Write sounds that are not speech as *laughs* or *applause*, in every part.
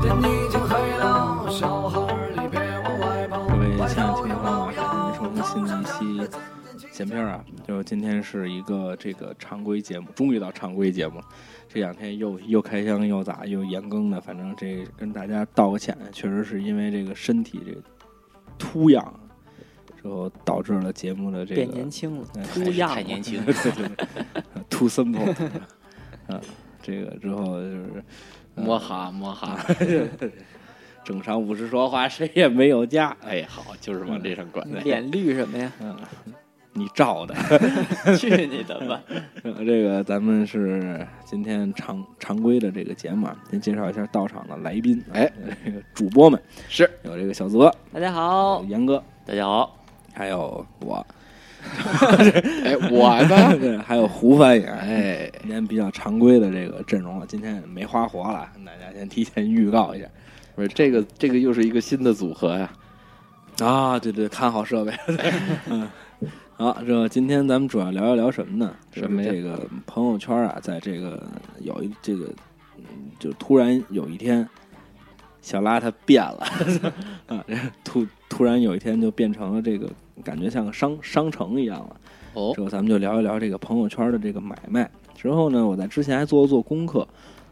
天已经黑了，小孩儿你别往外跑。各位亲爱的听众朋友们，感谢收听新的一期闲篇儿啊，就今天是一个这个常规节目，终于到常规节目了。这两天又又开箱又咋又延更的，反正这跟大家道个歉，确实是因为这个身体这个突恙，之后导致了节目的这变个 *laughs* 年轻了哎，秃嗯还是样太了年轻对对对呃，too simple，啊，这个之后就是摸哈摸哈，整场五十说话谁也没有家，哎，好，就是往这上管的。 *laughs* 脸绿什么呀？你照的。去你的吧！呃 *laughs* 这个咱们是今天常常规的这个节目啊，先介绍一下到场的来宾，哎，这个主播们是有这个小泽、大家有好，严哥，大家好，还有我， *laughs* 哎，我 *laughs* 呢，对，还有胡翻译，哎，哎，今天比较常规的这个阵容了，今天也没花活了，大家先提前预告一下不是这个这个又是一个新的组合呀，啊，对对，看好设备， *laughs* 嗯。好，这今天咱们主要聊一聊什么呢？就是什么呀这个朋友圈啊，在这个有一这个，嗯就突然有一天，小邋遢变了， *laughs* 啊，这突突然有一天就变成了这个，感觉像个商商城一样了。哦之后咱们就聊一聊这个朋友圈的这个买卖。之后呢，我在之前还做了做功课，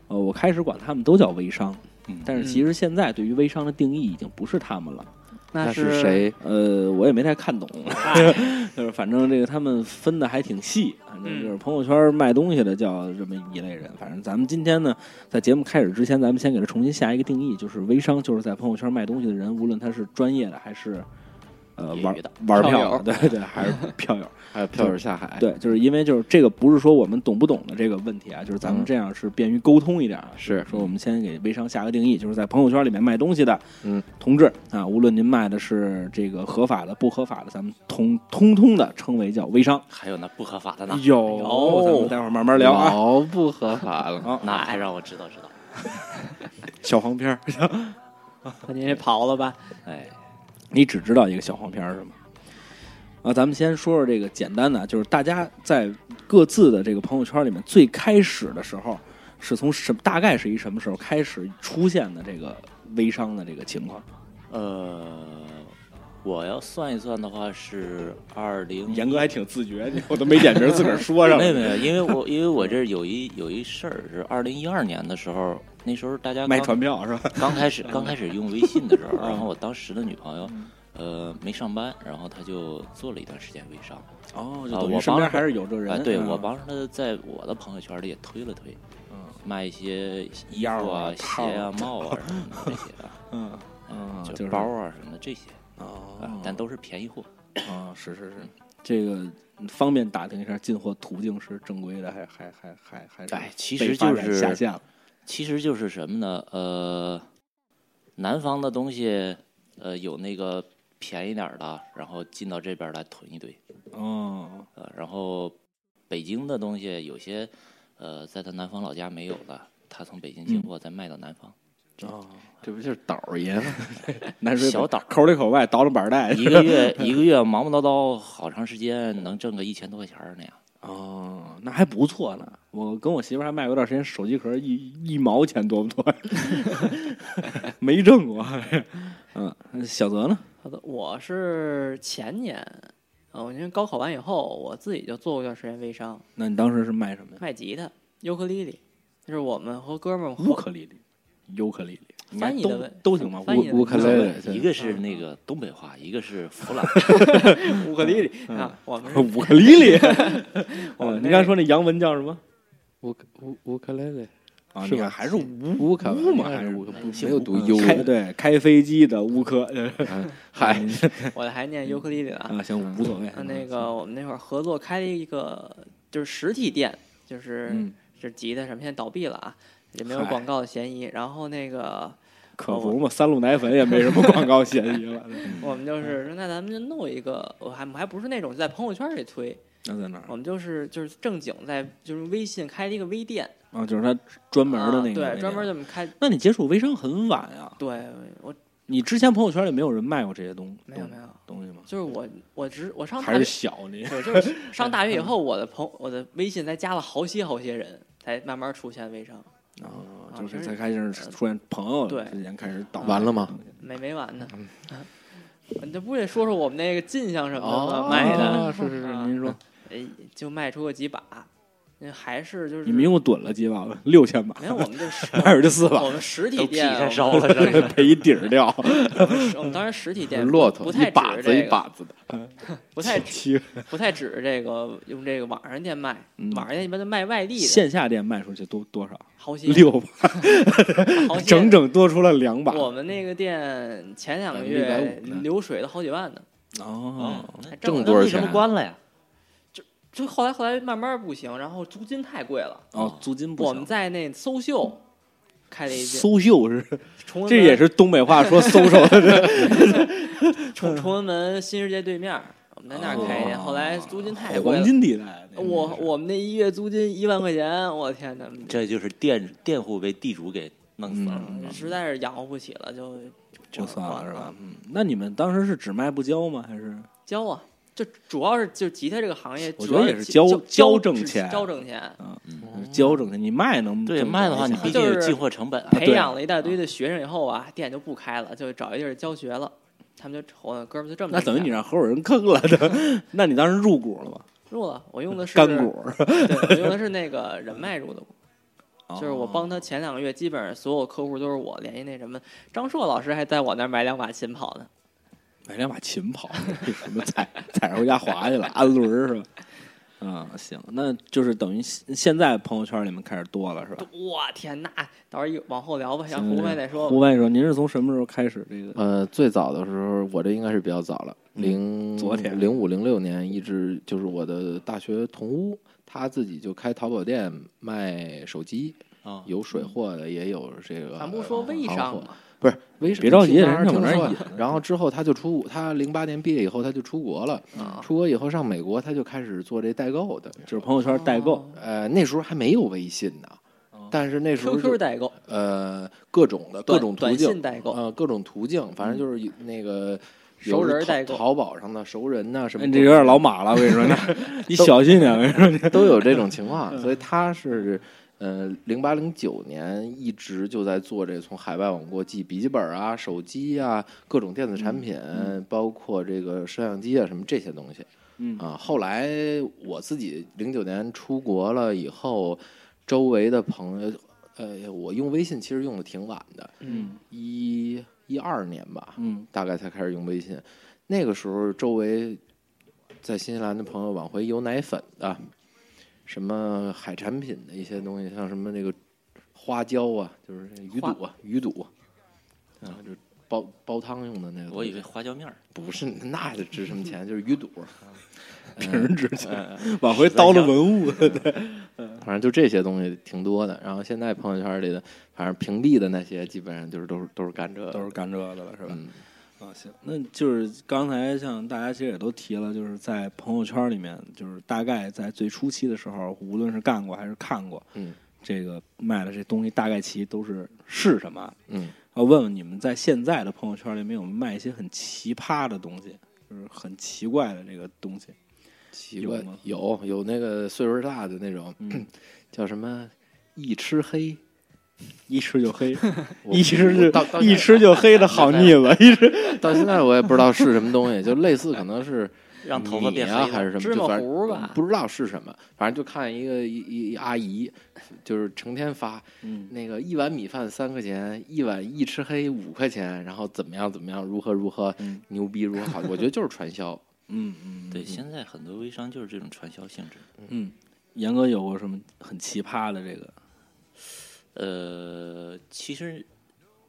呃，我开始管他们都叫微商，嗯但是其实现在对于微商的定义已经不是他们了。那是？谁？呃，我也没太看懂， *laughs* 就是反正这个他们分的还挺细，反嗯正就是朋友圈卖东西的叫这么一类人。反正咱们今天呢，在节目开始之前，咱们先给它重新下一个定义，就是微商就是在朋友圈卖东西的人，无论他是专业的还是呃业余玩的玩票票友的，对对，还是票友。还有票友哎下海，对，就是因为就是这个不是说我们懂不懂的这个问题啊，就是咱们嗯这样是便于沟通一点啊。是说我们先给微商下个定义，就是在朋友圈里面卖东西的，嗯，同志啊，无论您卖的是这个合法的、不合法的，咱们通通通的称为叫微商。还有那不合法的呢，有，咱们待会儿慢慢聊啊。老不合法了，好那还让我知道知道，小黄片儿，看您这袍子吧，哎，你只知道一个小黄片儿是吗？啊，咱们先说说这个简单的，就是大家在各自的这个朋友圈里面，最开始的时候是从什大概是一什么时候开始出现的这个微商的这个情况？呃，我要算一算的话是二零，严哥还挺自觉， *laughs* 我都没点名自个儿说上没有没有，因为我因为我这儿有一有一事儿是二零一二年的时候，那时候大家卖刚船票是吧？刚开始刚开始用微信的时 *laughs* 候，然后我当时的女朋友，呃，没上班，然后她就做了一段时间微商。哦，就啊等于我身边帮还是有这人。啊，对嗯我帮着她在我的朋友圈里也推了推，嗯卖一些衣样服儿啊啊、套儿鞋啊、帽啊什么的这些啊， *laughs* 嗯嗯，就就是包啊什么的这些啊哦，，但都是便宜货。啊，是是是，这个方便打听一下进货途径是正规的，还还还还还是哎，其被实发就展下是线了。其实就是什么呢？呃，南方的东西，呃，有那个便宜点儿的，然后进到这边来囤一堆。哦，呃，然后北京的东西有些，呃，在他南方老家没有的，他从北嗯京进货再卖到南方，哦，这不就是倒儿爷吗？南水小北岛口里口外倒了板儿带一 *laughs* *laughs* 个月一个月忙忙叨叨好长时间，能挣个一千多块钱儿那样。哦，那还不错呢。我跟我媳妇儿还卖过一段时间手机壳，一一毛钱多不 *laughs* 多？没挣过。嗯，小泽呢？好的，我是前年，啊，我因为高考完以后，我自己就做过一段时间微商，那你当时是卖什么呀？卖吉他、尤克里里，就是我们和哥们儿乌克丽丽、尤克丽丽，你看翻译的都问都行吗？翻译的乌乌问克题丽对嗯丽一个是那个东北话，一个是 *laughs* 弗朗，乌克丽丽嗯啊，我 *laughs* 们是乌 *laughs* 克丽 *laughs* 丽。我哦，们你那刚才个说那洋文叫什么？乌克乌乌克莱嘞，啊，是你吧还是乌乌克乌嘛嘛还还是是乌克？不姓没有乌读嗯优开对开飞机的乌克呃嗯嗨，我还念尤克里里了啊。啊，行，无所谓。啊那个我们那会儿合作开了一个就是实体店，就是嗯，就是吉他什么，现在倒闭了啊，也没有嗨广告的嫌疑。然后那个可不嘛，三鹿奶粉也没什么广告嫌疑了。嗯我们就是说，那咱们就弄一个，我还我们还不是那种在朋友圈里推， *laughs* 那在哪儿我们就是就是正经在就是微信开了一个微店，啊？就是他专门的那个，啊对，专门。这么开。那你接触微商很晚啊？对我你之前朋友圈里没有人卖过这些东没有没有，东西吗？就是我我只我上嗯还大是嗯学，小你？ *laughs* 对，就是上大学以后，我的朋我的微信才加了好些好些人，才慢慢出现微商，啊，啊就真是是才开始出现朋友对啊之前开始倒完了吗？没没完呢。嗯嗯你这不得说说我们那个进项什么的吗？哦卖啊的，是是是，啊您说哎，就卖出个几把，那还是就是你们一共趸了几把吧？六千把，没有我们这 *laughs* 实二十四把我，们实体都劈店，开我们烧了， *laughs* 这是赔一底儿掉。我们当时实体店 *laughs* 骆不驼太一指把着子这一个，把子的，不 *laughs* 太七不太指着这个用这个网上店卖，嗯网上店一般都卖外地的， *laughs* 线下店卖出去多多少？好些六把， *laughs* 好些整整多出了两把。我们那个店前两个百月分嗯之一百五呢嗯流水都好几万呢，哦，那挣那多少为什么钱啊关了呀？就后来后来慢慢不行，然后租金太贵了，哦，租金不我小们在那搜秀开了一店，搜秀是，崇文这也门是东北话 *laughs* 说搜售的崇崇文门新世界对面儿，我们在那儿开一店，哦后来租金太贵黄了。金地带。那个哎我是我们那一月租金一万块钱，我的天哪！这就是店店户被地主给弄死了。嗯实在是养活不起了，就就算了换是吧了？嗯，那你们当时是只卖不交吗？还是教啊，就主要是就吉他这个行业，我主觉得要也是教教教挣是钱啊教挣钱，嗯交整的？你卖能对，挣卖的话你多少毕钱竟就有是进货成本啊。培对养了一大堆的学生以后啊，店就不开了，就找一地儿教学了。他们就我哥们就这么那等于你挣让合伙人坑了 *laughs* 的。那你当时入股了吗？钱入了，我用的是干，股，对我用的是那个人脉入的股，就是我帮哦他前两个月基本上所有客户都是我联系那什么张硕老师还在我那儿买两把琴跑呢。买两把琴跑，什么踩踩着回家滑去了，安轮儿是吧？啊、行，那就是等于现现在朋友圈里面开始多了是啊吧？我天呐，到时候一往后聊吧，像行胡麦再说吧。哦胡外说，您是从什么时候开始这个？呃，最早的时候，我这应该是比较早了，嗯零昨天零五零六年，一直就是我的大学同屋，他自己就开淘宝店卖手机，啊，有水货的，也有这个咱不说微行商货吗？不是微商，别着急，听人家着听往着那说儿引呢。然后之后他就出国，他零八年毕业以后他就出国了，啊，出国以后上美国，他就开始做这代购的，就是朋友圈代购，呃那时候还没有微信呢哦，但是那时候就 QQ 代购，呃各种的各短种途短径信，代购，嗯呃各种途径，反正就是有那个有熟人淘代购淘宝上的熟人呐、什么哎都，你这有点老马了，我跟你说， *laughs* 你你小心点，我跟你说，你都有这种情 *laughs* 况，所以他是。呃，零八零九年一直就在做这从海外往过寄笔记本啊、手机啊、各种电子产品，包括这个摄像机啊什么这些东西。嗯啊，后来我自己零九年出国了以后，周围的朋友，呃，我用微信其实用的挺晚的，嗯一一二年吧，嗯大概才开始用微信。那个时候，周围在新西兰的朋友往回邮奶粉的，什么海产品的一些东西，像什么那个花椒啊，就是那鱼肚啊，鱼肚啊，就是煲煲汤用的那个东西。我以为花椒面儿，不是，那得值什 *laughs* 么钱？就是鱼肚，平时值钱，呃，往回叨了文物， *laughs* 反正就这些东西挺多的。然后现在朋友圈里的，反正平地的那些，基本上就是都是都是干这个，都是干这个的了，是吧？嗯，啊，行，那就是刚才像大家其实也都提了，就是在朋友圈里面，就是大概在最初期的时候，无论是干过还是看过，嗯，这个卖的这东西大概其都是是什么？嗯，要问问你们在现在的朋友圈里面有没有卖一些很奇葩的东西，就是很奇怪的这个东西，奇有怪吗，有有那个岁数大的那种，嗯 *clears throat* 叫什么一吃黑，一吃就黑，*laughs* 我一吃到就到一现吃就黑的好腻子，一吃到现在我也不知道是什么东西，就类似可能是让头发变米黑啊了还是什么，芝就麻反正糊吧，不知道是什么，反正就看一个一一一阿姨，就是成天发嗯，那个一碗米饭三块钱，一碗一吃黑五块钱，然后怎么样怎么样，如何如何嗯牛逼如何好，我觉得就是传 *laughs* 销。嗯嗯，对，嗯现在很多微商就是这种传销性质。嗯，严哥有过什么很奇葩的这个？呃，其实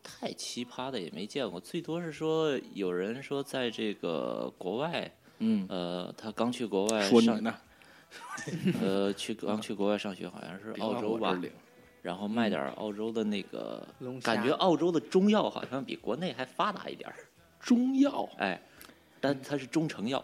太奇葩的也没见过，最多是说有人说在这个国外，嗯，呃，他刚去国外说你上，呢？呃，去刚去国外上学，好像是澳洲吧，然后卖点儿澳洲的那个，龙虾感觉澳洲的中药好像比国内还发达一点儿，中药哎，但它是中成药，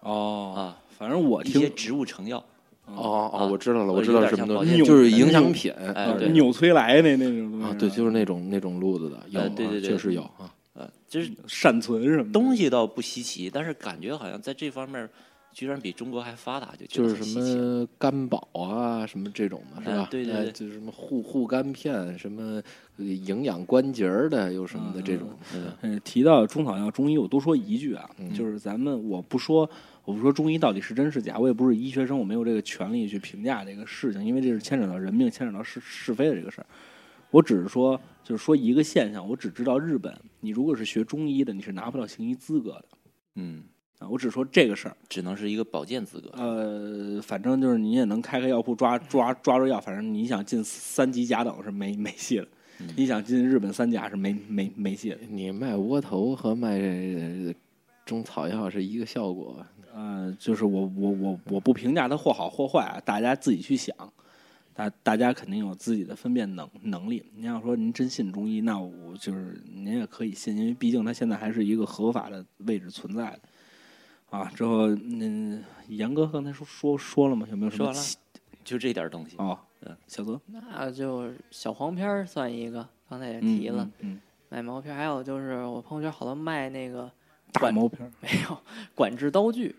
哦啊，反正我一听些植物成药。哦啊哦，我知道了，我有知道什点么像东保西，健就是品营养品，哎啊对纽崔莱那那种东西啊，对，就是那种那种路子的，有呃啊，对对对确实有啊。呃，就是善存什么的东西倒不稀奇，但是感觉好像在这方面儿居然比中国还发达，就觉就得是很什稀奇么肝宝啊，什么这种嘛，是哎吧？对对哎对就是什么护护肝片，什么呃营养关节儿的，又什么的这种，嗯呃，提到中草药、中医，我多说一句啊，嗯就是咱们我不说，我不说中医到底是真是假，我也不是医学生，我没有这个权利去评价这个事情，因为这是牵扯到人命、牵扯到是是非的这个事儿。我只是说，就是说一个现象，我只知道日本，你如果是学中医的，你是拿不到行医资格的嗯，啊。我只说这个事儿，只能是一个保健资格。呃，反正就是你也能开开药铺抓抓抓住药，反正你想进三级甲等是没没戏了，嗯你想进日本三甲是没没没戏的。你卖窝头和卖呃中草药是一个效果吧？呃，就是我我我我不评价它或好或坏啊，大家自己去想，大大家肯定有自己的分辨能能力。您要说您真信中医，那我就是您也可以信，因为毕竟它现在还是一个合法的位置存在的。啊，之后，嗯，杨哥刚才说说说了吗？有没有什说么完了其？，就这点儿东西。哦嗯，小泽那就是小黄片儿算一个，刚才也提了，，嗯嗯，嗯买毛片儿，还有就是我朋友圈好多卖那个大管毛片儿。没有管制刀具，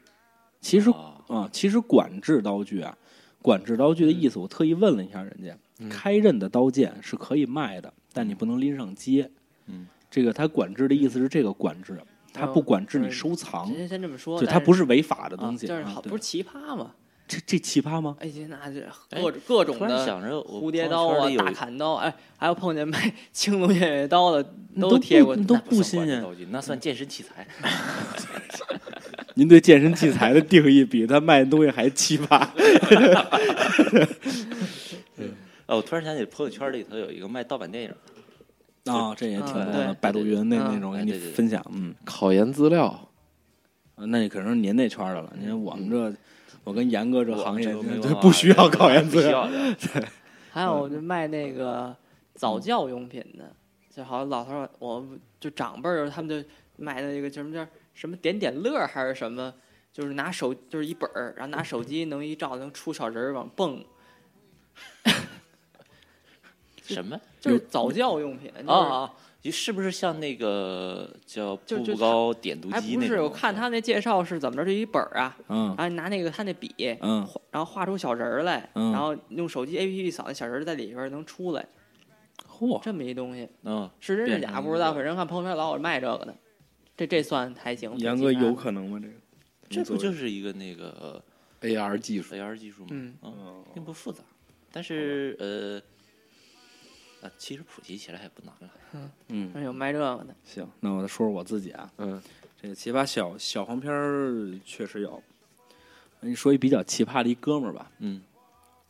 其实啊啊，其实管制刀具啊，管制刀具的意思，我特意问了一下人家，嗯开刃的刀剑是可以卖的，但你不能拎上街。嗯，这个它管制的意思是这个管制，它不管制你收藏哦直，接先这么说，就它但是不是违法的啊东西。就是啊好对不是奇葩嘛？这这奇葩吗？哎，那这哎各种各种突然的想着我蝴蝶朋刀友圈啊里、有大砍刀，哎，还有碰见卖青龙偃月刀的都贴不过去，都那不新鲜那算管制道具那算健身器材。您对健身器材的定义比他卖的东西还奇葩。 *laughs* 哦，我突然想起朋友圈里头有一个卖盗版电影，啊，这也挺多的，对百度云那嗯那种给哎你对对对分享，嗯。考研资料，啊那可能是您那圈儿的嗯了。您我们这，我跟严哥这我行这业个没就文啊化不需要考研不资需料。要的。还有就卖那个早教用品的，就好像老头儿，我就长辈儿，他们就买的一个叫什么叫什么点点乐儿还是什么，就是拿手就是一本儿，然后拿手机能一照能出小人儿往蹦，什么？就是早教用品啊啊。啊！就是不是像那个叫就步就步高点读还机不那是，种？我啊看他那介绍是怎么着，就一本儿啊，嗯然后你拿那个他那笔，嗯，画然后画出小人儿来，嗯然后用手机 APP 扫，那小人儿在里边儿能出来，嚯，这么一东西，嗯，是真是变假成不知一道，个反正看朋友圈老有卖这个的，这这算还行。严挺哥奇葩有的可能吗？这个这不就是一个那个 AR 技术， AR 技术吗？嗯嗯并不复杂，但是呃，啊，其实普及起来也不难啊了。嗯，哎有卖这个的，行，那我再说说我自己啊，嗯，这奇葩小小黄片儿确实有。你说一比较奇葩的一哥们儿吧，嗯，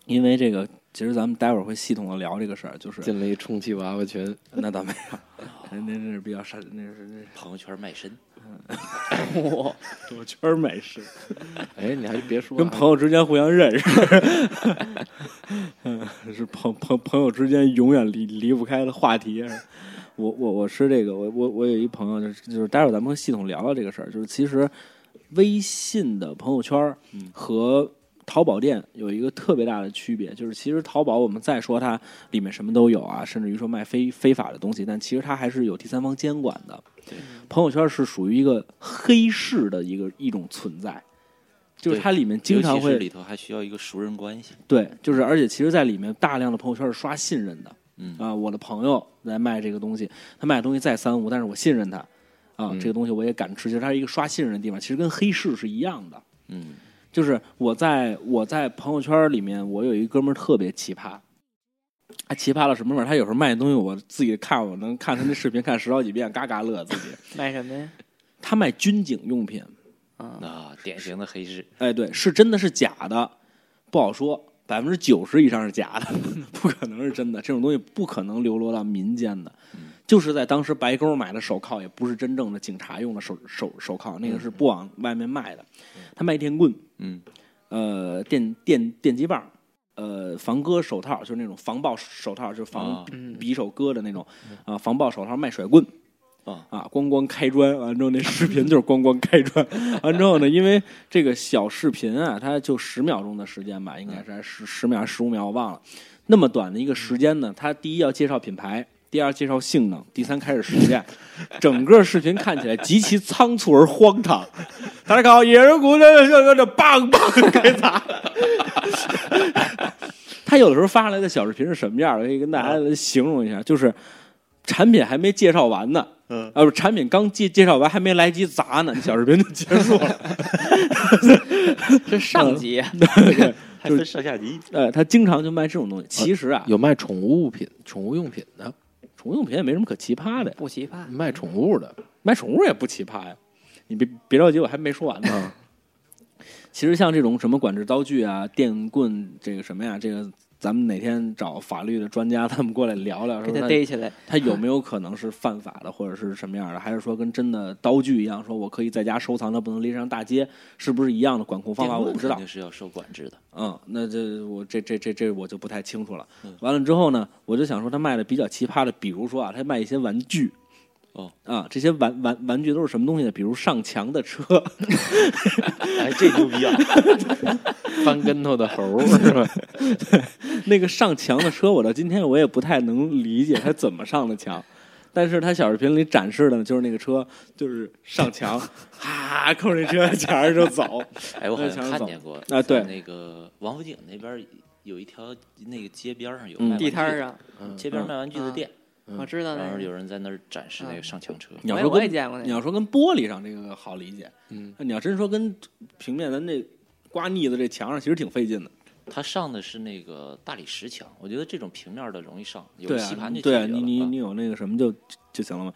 因为这个，其实咱们待会儿会系统的聊这个事儿，就是 *laughs* 进了一充气娃娃群，那倒没有， *laughs* 那那那是比较傻，那是那是朋友圈卖身，我 *laughs* 我圈儿美食。哎，你还别说啊，跟朋友之间互相认识，嗯，是朋 *laughs* 朋朋友之间永远离离不开的话题。啊我我我是这个，我我我有一朋友，就是就是待会儿咱们会系统聊聊这个事儿。就是其实微信的朋友圈儿嗯和淘宝店有一个特别大的区别，就是其实淘宝我们再说它里面什么都有啊，甚至于说卖非非法的东西，但其实它还是有第三方监管的。朋友圈是属于一个黑市的一个一种存在，就是对它里面经常尤其是会里头还需要一个熟人关系。对，就是而且其实，在里面大量的朋友圈是刷信任的嗯啊、我的朋友来卖这个东西，他卖的东西再三无，但是我信任他啊、嗯这个东西我也敢吃，其实它是一个刷信任的地方，其实跟黑市是一样的。嗯，就是我在我在朋友圈里面，我有一哥们儿特别奇葩，他奇葩到什么份儿？他有时候卖的东西，我自己看，我能看他那视频看十好几遍，嘎嘎乐自己。卖什么呀？他卖军警用品，啊，啊，典型的黑市。哎，对，是真的是假的，不好说，百分之九十以上是假的，不可能是真的。这种东西不可能流落到民间的，就是在当时白沟买的手铐，也不是真正的警察用的手手手铐，那个是不往外面卖的。他卖电棍，嗯呃，电电电击棒，呃，防割手套，就是那种防爆手套，就是防啊匕嗯匕首割的那种，啊、防爆手套卖甩棍，啊啊，咣咣开砖，完之后那视频就是咣咣开砖，完之后呢，因为这个小视频啊，它就十秒钟的时间吧，应该是还是十十秒还是十五秒，我忘了。那么短的一个时嗯间呢，它第一要介绍品牌，第二介绍性能，第三开始实践，整个视频看起来极其仓促而荒唐。大家看好，野人鼓这这这棒棒给砸。 *laughs* 他有的时候发上来的小视频是什么样儿的？可以跟大家嗯来形容一下，就是产品还没介绍完呢，嗯啊，不是产品刚介介绍完还没来及砸呢，小视频就结束了。 *laughs* *laughs* 这上级啊 *laughs* 就是分上下级，嗯呃，他经常就卖这种东西。其实嗯啊，有卖宠物物品、宠物用品的，宠物用品也没什么可奇葩的，不奇葩，卖宠物的，卖宠物也不奇葩呀。你别别着急，我还没说完呢。嗯啊其实像这种什么管制刀具啊、电棍这个什么呀，这个咱们哪天找法律的专家他们过来聊聊，给说他他逮起来，它有没有可能是犯法的，或者是什么样的？还是说跟真的刀具一样，说我可以在家收藏，它不能拎上大街，是不是一样的管控方电法？我路不知肯道定。是要受管制的。嗯，那这我这这这这我就不太清楚了嗯。完了之后呢，我就想说他卖的比较奇葩的，比如说啊，他卖一些玩具。哦，啊，这些玩玩玩具都是什么东西呢？比如上墙的车， *laughs* 哎，这牛逼啊！ *laughs* 翻跟头的猴 *laughs* 儿是吧？那个上墙的车，我到今天我也不太能理解它怎么上的墙。但是它小视频里展示的呢，就是那个车就是上墙，哈、扣着那车前儿就走。哎，我好那墙上像看走见过啊啊对那个王府井那边有一条那个街边上有嗯卖地摊玩儿具上，嗯的，街边嗯卖玩具的啊店，我知道然那后有个，人在那儿展示那个上墙车。你要我也说我也跟见过那你个，要说跟玻璃上这个好理解，嗯，你要真说跟平面咱这刮腻子这墙上，其实挺费劲的。他上的是那个大理石墙，我觉得这种平面的容易上，有对吸啊盘就，对解啊，决你了你啊你有那个什么就就行了嘛。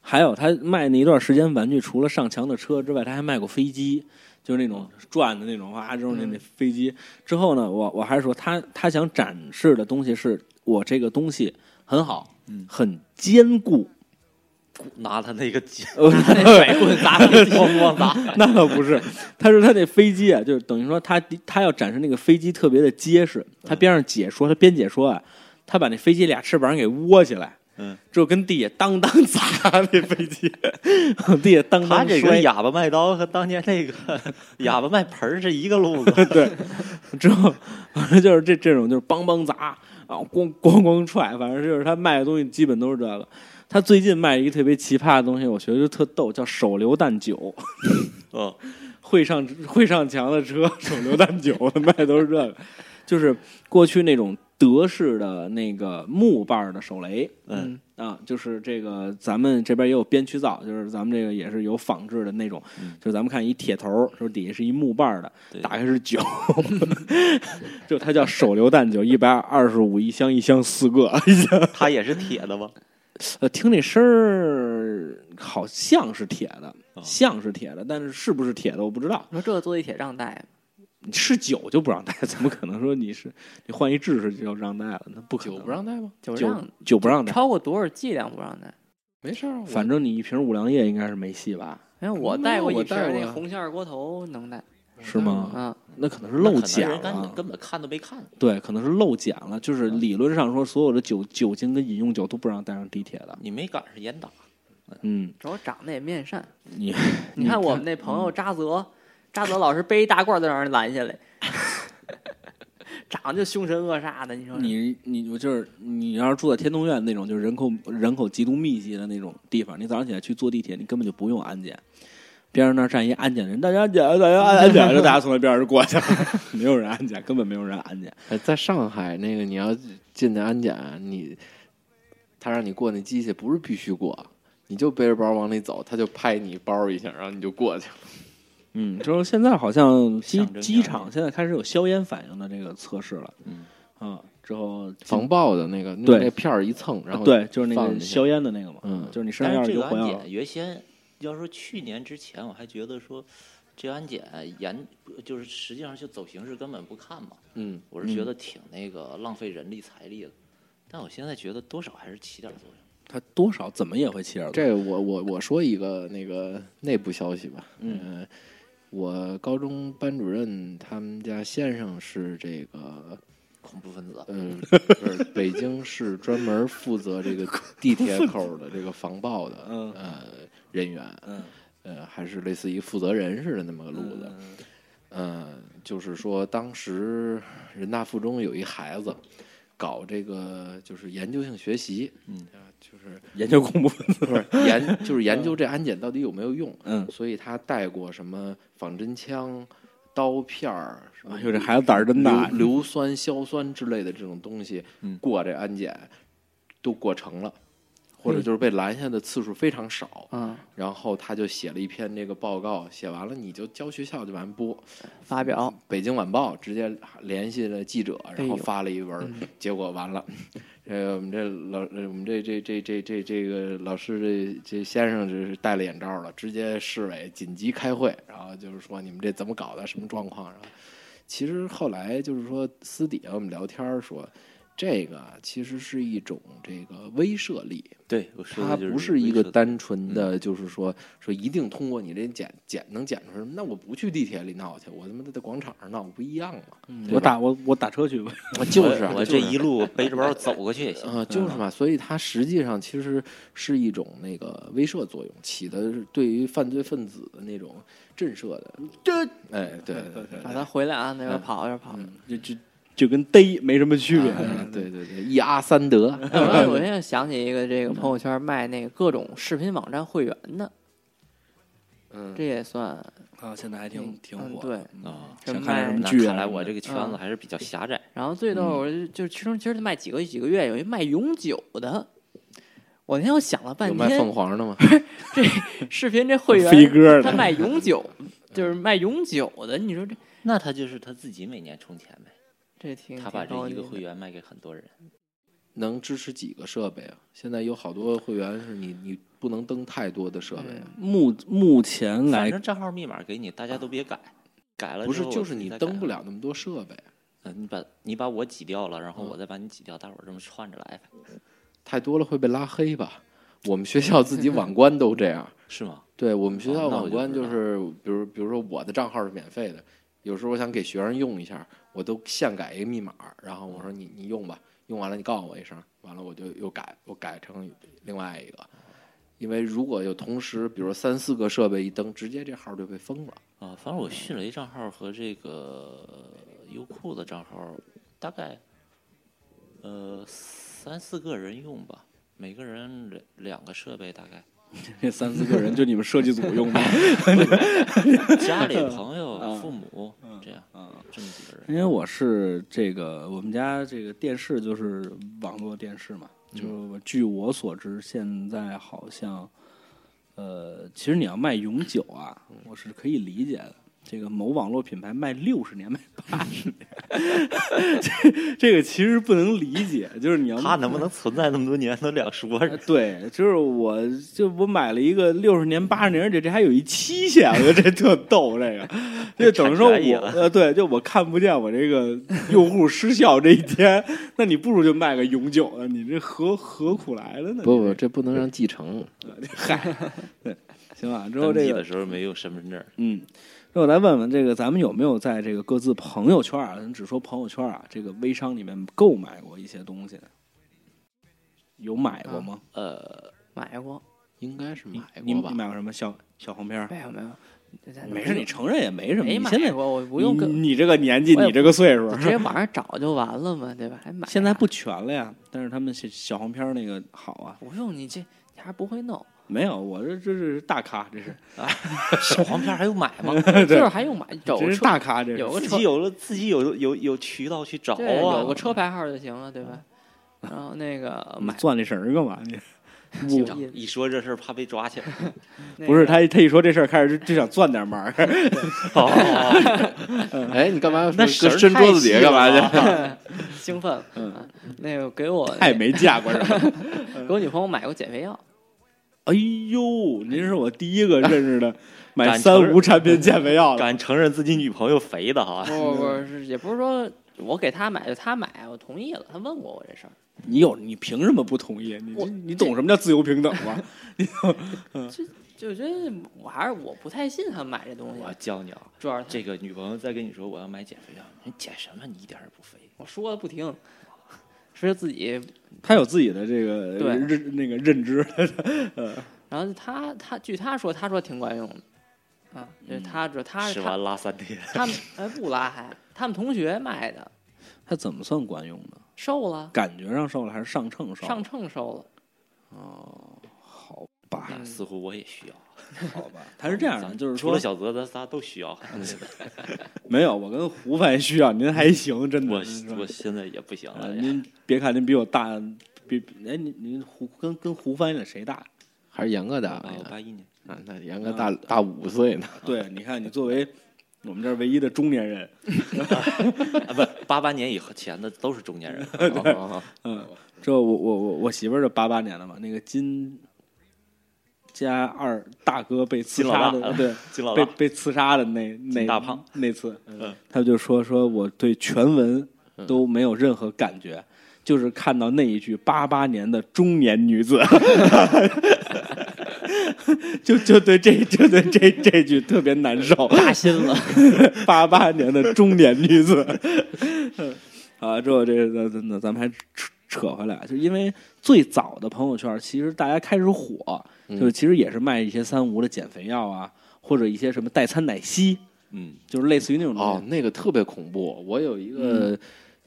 还有他卖那一段时间玩具，除了上墙的车之外，他还卖过飞机，就是那种嗯转的那种，哇，之后那那飞机。之后呢，我我还是说他他想展示的东西是我这个东西很好，嗯很坚固。 *laughs* 拿他那个机呃 *laughs* 那甩棍砸飞机，咣 *laughs* 咣砸，那倒不是，他说他那飞机啊，就是等于说他他要展示那个飞机特别的结实。他边上解说，他边解说啊，他把那飞机俩翅膀给窝起来，嗯，之后跟地下当当砸 *laughs* 那飞机，往地下当他当这个摔。哑巴卖刀和当年那个 *laughs* 哑巴卖盆儿是一个路子，对， *laughs* 之后反正就是这这种就是梆梆砸啊，咣咣咣踹，反正就是他卖的东西基本都是这个。他最近卖一个特别奇葩的东西，我觉得就特逗，叫手榴弹酒。嗯，会上会上墙的车，手榴弹酒卖的都是这个，就是过去那种德式的那个木把儿的手雷，嗯，啊，就是这个咱们这边也有编曲造，就是咱们这个也是有仿制的那种，就是咱们看一铁头儿，就是底下是一木棒儿的，对打开是酒，就它叫手榴弹酒，一百二十五一箱，一箱四个， *laughs* 他也是铁的吧？呃，听这声儿好像是铁的，像是铁的，但是是不是铁的我不知道。你说这坐地铁让带吗，是酒就不让带，怎么可能说你是你换一制式就让带了？那不可能，酒不让带吗？就酒让酒不让带，超过多少剂量不让带？没事儿啊，我反正你一瓶五粮液应该是没戏吧？因为我没带有过一我瓶带儿过那呀红馅儿锅头能带是吗？啊，那可能是那 *laughs* 漏可能检人根了本，根本看都没看。对，可能是漏检了。就是理论上说，所有的酒酒精跟饮用酒都不让带上地铁的。你没赶上严打，嗯，主要长得也面善。你你看我们那朋友扎泽，扎泽老师背一大褂儿都让人拦下来，长得就凶神恶煞的，你说你你我就是你要是住在天通苑那种就是人口人口极度密集的那种地方，你早上起来去坐地铁，你根本就不用安检。边上那儿站一安检人，大家安检，大家安安检，就大家从那边上就过去了， *laughs* 没有人安检，根本没有人安检。哎，在上海那个你要进那安检，你他让你过那机器，不是必须过，你就背着包往里走，他就拍你包一下，然后你就过去了。嗯，就是现在好像机象征机性场现在开始有硝烟反应的这个测试了。嗯啊，之后防爆的那个，对用那片儿一蹭，然后对，就是那放个进去硝烟的那个嘛，嗯就是你身但上要是是这有个火安药检，原先要说去年之前，我还觉得说这个安检严，就是实际上就走形式根本不看嘛。嗯，我是觉得挺那个浪费人力财力的，但我现在觉得多少还是起点作用。它多少怎么也会起耳朵。这我我我说一个那个内部消息吧，嗯、我高中班主任他们家先生是这个恐怖分子。嗯，不是北京市专门负责这个地铁口的这个防爆的 *laughs* 嗯呃人员，嗯呃，还是类似于负责人似的那么个路子。嗯嗯，就是说当时人大附中有一孩子搞这个就是研究性学习，嗯啊，就是研究恐怖分子，不是研就是研究这安检到底有没有用，嗯，所以他带过什么仿真枪、刀片儿，什么哎呦，这孩子胆儿真大，硫硫酸、硝酸之类的这种东西嗯过这安检都过成了，或者就是被拦下的次数非常少。嗯，然后他就写了一篇这个报告，写完了你就交学校就完播。发表北京晚报直接联系了记者，然后哎呦发了一文，结果完了。 *laughs* 呃，我们这老，呃我们这这这这这这个老师这这先生这是戴了眼罩了，直接市委紧急开会，然后就是说你们这怎么搞的，什么状况，然后其实后来就是说私底下我们聊天儿说，这个啊其实是一种这个威慑力，对，我说的它就是不是一个威慑单纯的，就是说说一定通过你这检检能检出来。那我不去地铁里闹去，我他妈的在广场上闹不一样吗？我打我我打车去吧，就是啊我就这是一路背着包走过去也行。呃，就是嘛，所以它实际上其实是一种那个威慑作用，起的是对于犯罪分子的那种震慑的。这，哎，对对对啊，咱回来啊，那边跑一边跑。就就就跟逮没什么区别，哎对对对，一阿三德，哎我现我现在想起一个这个朋友圈卖那个各种视频网站会员的，嗯，这也算啊，现在还挺嗯挺嗯火，对，啊，什想么看点什卖么那剧啊？看来我这个个圈嗯子还是比较狭窄。然后最逗，我就就其中其实卖几个几个月，有一卖永久的。我那天我想了有半卖凤天，凰的吗？视频这会飞员哥他的，卖永久，就是卖永久的，你说这那他就是他自己每年充钱呗，这挺他把挺高这一个级会的员卖给很多人。能支持几个设备啊？现在有好多会员是你你不能登太多的设备啊。目目前反来正账号密码给你，大家都别改，改了不之是，后就是你登不了。了那么多设备，呃你把你把我挤掉了，然嗯后我再把你挤掉，大伙儿这么串着来呗，太多了会被拉黑吧？我们学校自己 *laughs* 网关都这样。是吗？对我们学校哦那我网就关不知就道是，比如比如说我的账号是免费的，有时候我想给学生用一下，我都现改一个密码，然后我说你你用吧，用完了你告诉我一声，完了我就又改，我改成另外一个。因为如果有同时，比如三四个设备一登，直接这号就被封了。啊，反正我迅雷账号和这个呃优酷的账号，大概呃三四个人用吧，每个人两两个设备，大 *laughs* 概这三四个人，就你们设计组用 *laughs* 的。家里朋友、嗯啊父母这样啊，这么几个人。因为我是这个我们家这个电视就是网络电视嘛，就是我据我所知，现在好像，呃，其实你要卖永久啊，我是可以理解的。这个某网络品牌卖六十年，卖八十年， *laughs* 这这个其实不能理解，就是你要他能不能存在那么多年都两说哎 *laughs* 着。 *laughs* 对，就是我就我买了一个六十年、八十年，而且这还有一期限，我觉得这特逗。这个就等于说产权也啊我呃，对，就我看不见我这个用户失效这一天， *laughs* 那你不如就卖个永久的，你这何何苦来了呢？不你不，这这不能让继承。嗨，对，行吧。之后登这记个的时候没有身 *laughs* 份证，嗯，那我来问问这个，咱们有没有在这个各自朋友圈啊，咱只说朋友圈啊，这个微商里面购买过一些东西？有买过吗？呃，买过，应该啊是买你你过吧？买过什么小小黄片儿？没有没有，这咱没事，你承认也没什么。没你买现在过，我不用跟你你这个年纪，我也你这个岁数，直接网上找就完了嘛，对吧？还买现在啥不全了呀。但是他们小小黄片儿那个好啊，不用你这你还不会弄，没有，我这这是大咖，这是小黄片还有买吗？ *laughs* 就是还用买有这个是车大咖，这 *laughs* 是有个自车己有了，自己有有有渠道去找啊。对有个车牌号就行了，对吧？然后那个你买攥那绳儿干嘛？嗯你有我意思 *laughs* 一说这事儿怕被 *laughs* 抓起来。那不是个他，他一说这事儿开始就就想攥点 *laughs* 忙儿。 *laughs* 哦，哎，你干嘛要说？那搁绳伸桌子底下干嘛去？去？兴奋了，啊那个给我嗯太没见过人 *laughs* 了。给我女朋友买过减肥药，哎呦，您是我第一个认识 *laughs* 的买敢承三认无产品减肥哦药的。敢承认自己女朋友肥的哈？不不 *laughs* 不是，也不是说我给她买，就她买，我同意了，她问过我这事儿，你有你凭什么不同意？你我你懂什么叫自由平等 *laughs* 吗？就觉得我还是我不太信她买这东我西，教你啊，主要是她这个女朋友再跟你说我要买减肥药，你减什么？你一点儿也不肥。我说的不听，是自己他有自己的这个对认那个认知，然后他他据他说，他说挺管用的，啊，嗯就是他说他吃他完拉三天，他们哎不拉还，他们同学卖的他怎么算管用呢？瘦了，感觉上瘦了还是上秤瘦？上秤瘦了，哦，好吧，嗯似乎我也需要。好吧，他是这样的，咱就是除说了小泽，咱仨都 *laughs* 需要。没有，我跟胡凡需要您还行，真的。我是吧我现在也不行呃了，您别看您比我大，比哎您您胡跟跟胡翻译的谁大？还是严哥哦大八吧我？啊八一年，啊那那严哥大大五岁呢，对，你看你作为我们这儿唯一的中年人，啊不，八八年以后前的都是中年人。 *laughs* 哦嗯，这我我我我媳妇儿就八八年的嘛，那个金家二大哥被刺金老杀大的，嗯对，金老被大被刺杀的那那大胖那次，嗯他就说说我对全文都没有任何感觉，就是看到那一句八八年的中年女子， *laughs* 就就对这就对这这句特别难受，扎心了， *laughs* 八八年的中年女子。 *laughs* 啊，之后这那那那咱们还扯扯回来，就因为最早的朋友圈，其实大家开始火，嗯就是其实也是卖一些三无的减肥药啊，或者一些什么代餐奶昔，嗯，就是类似于那种东西 *laughs* 哦，那个特别恐怖。我有一嗯个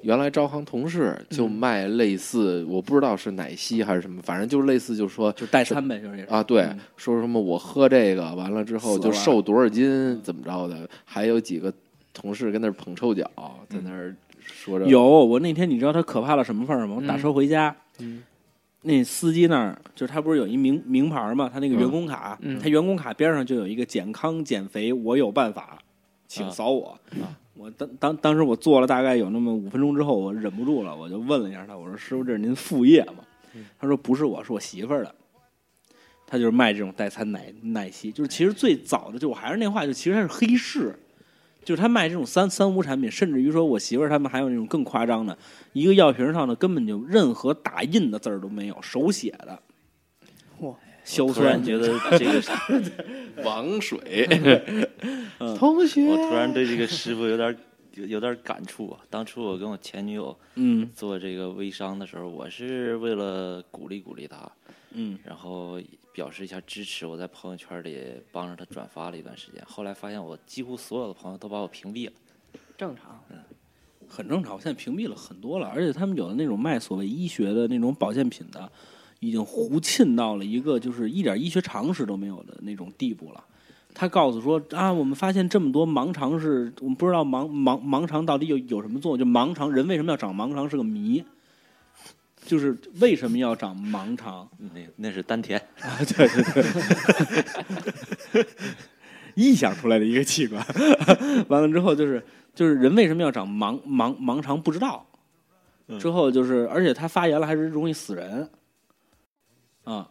原来招行同事就卖类似，我不知道是奶昔还是什么，反正就是类似，就说就是代餐呗，就是也是啊，对嗯，说什么我喝这个完了之后死就了嗯瘦多少斤，怎么着的，还有几个同事跟那儿捧臭脚，在那儿说着嗯有我那天你知道他可怕到什么份儿吗？我打车回家，嗯那司机那儿就是他不是有一名名牌嘛，他那个员工卡，嗯嗯他员工卡边上就有一个健康减肥，我有办法，请啊扫我。 *laughs* 我当当当时我坐了大概有那么五分钟之后，我忍不住了，我就问了一下他，我说师傅这是您副业吗？他说不是我，是我媳妇儿的。他就是卖这种代餐奶奶昔，就是其实最早的就我还是那话，就其实它是黑市，就是他卖这种三三无产品，甚至于说我媳妇儿他们还有那种更夸张的，一个药瓶上呢根本就任何打印的字儿都没有，手写的。哇！硝突酸然觉得这个， *laughs* 王水同学我突然对这个师傅有点有有点感触啊。当初我跟我前女友嗯做这个微商的时候，我是为了鼓励鼓励她，嗯然后表示一下支持，我在朋友圈里帮着她转发了一段时间。后来发现我几乎所有的朋友都把我屏蔽了。正常，很正常。我现在屏蔽了很多了，而且他们有的那种卖所谓医学的那种保健品的，已经胡沁到了一个就是一点医学常识都没有的那种地步了。他告诉说啊，我们发现这么多盲肠是我们不知道盲盲盲肠到底有有什么作用，就盲肠人为什么要长盲肠是个谜，就是为什么要长盲肠？那那是丹田，对对对， *laughs* 臆想出来的一个器官。 *laughs* 完了之后就是就是人为什么要长盲盲盲肠不知道，之后就是而且它发炎了还是容易死人，啊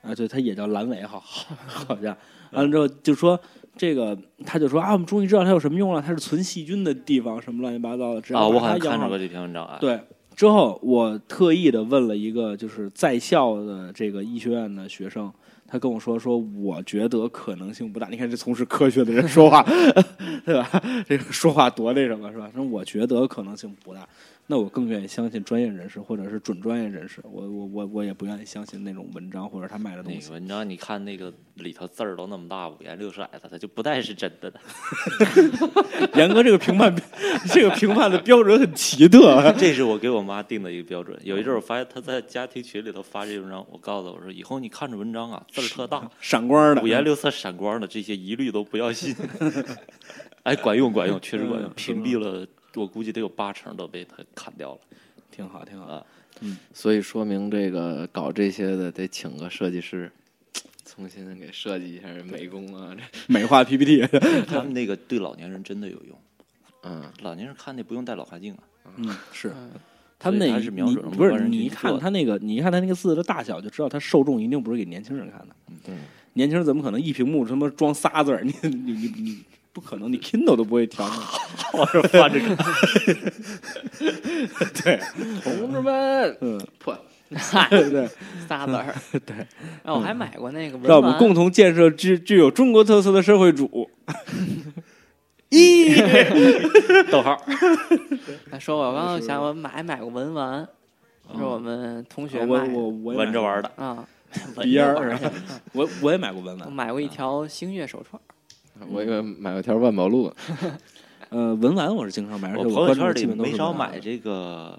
啊对，它也叫阑尾，好好 *laughs* 好像完了之后就说。这个他就说啊，我们终于知道它有什么用了，它是存细菌的地方，什么乱七八糟的。只要啊，我把好像它养看着好过这篇文章啊。对，之后我特意的问了一个就是在校的这个医学院的学生，他跟我说说，我觉得可能性不大。你 *laughs* 看这从事科学的人说话， *laughs* 对吧？这个说话多那什么，是吧？说我觉得可能性不大。那我更愿意相信专业人士或者是准专业人士，我我我我也不愿意相信那种文章或者他卖的东那西 *laughs* 个。文章，你看那个里头字儿都那么大，五颜六色的，它就不带是真 *laughs* 的的。严哥这个评判，这个评判的标准很奇 *laughs* 特。这是我给我妈定的一个标准。有一阵儿我发现她在家庭群里头发这文章，我告诉她我说以后你看着文章啊，字儿特大，闪光的， *laughs* 五颜六色、闪光的这些一律都不要信。 *laughs* 哎，管用管用，确实管用，嗯屏蔽了我估计得有八成都被她砍掉了。挺好，挺好。所以说明这个搞这些的得请个设计师，重新给设计一下美工啊，这美化 PPT， *laughs* 他们那个对老年人真的有用，嗯，老年人看那不用戴老花镜啊。嗯，是嗯他们所以那它一是瞄你准了不目标是人你群一去看做他那个，你一看他那个字的大小，就知道他受众一定不是给年轻人看的。嗯年轻人怎么可能一屏幕他妈装仨字儿？你你你你不可能，你 Kindle 都不会调呢。 *laughs* 我是翻着看，对，同志们，嗯，破嗨，对对， *laughs* 仨字儿， *laughs* 对嗯啊，我还买过那个文让我们玩 *laughs* 共同建设具具有中国特色的社会主义。逗号，他说我刚刚想我买买过文玩，是我们同学啊我买的我我也闻着买玩儿的，啊， *laughs* 过鼻烟儿，是吧我我也买过文我玩，买过一条星月手串，我以为买了条万宝路呢，呃，文玩我是经常买，而且我朋友关注圈的里基本都是没少文玩买。这个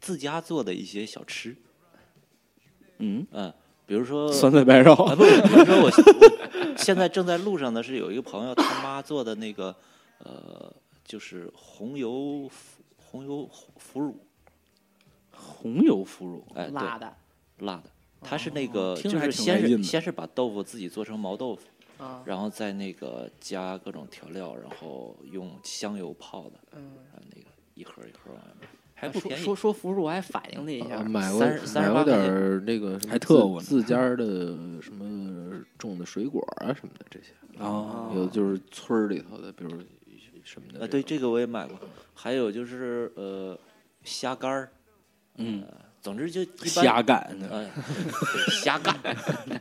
自家做的一些小吃，嗯，嗯，比如说酸菜白肉，啊， *laughs* 不是，比如说我我现在正在路上的是有一个朋友他妈做的那个呃，就是红油腐红油腐腐乳，红油腐乳，哎，对，辣的辣的，它是那个听着就还是挺先来劲是的先是把豆腐自己做成毛豆腐，啊，然后再那个加各种调料，然后用香油泡的，嗯，然后那个一盒一盒往外卖，还啊不说便宜说。说腐乳，我还反应了一下啊，买过哎三十三买十过八块点钱儿那个什么还特自务呢自家儿的什么种的水果啊什么的这些，哦有的就是村儿里头的，比如什么的啊，对，种这个我也买过。还有就是呃，虾干儿，呃嗯，总之就一般瞎干的，哎，对瞎干， *laughs*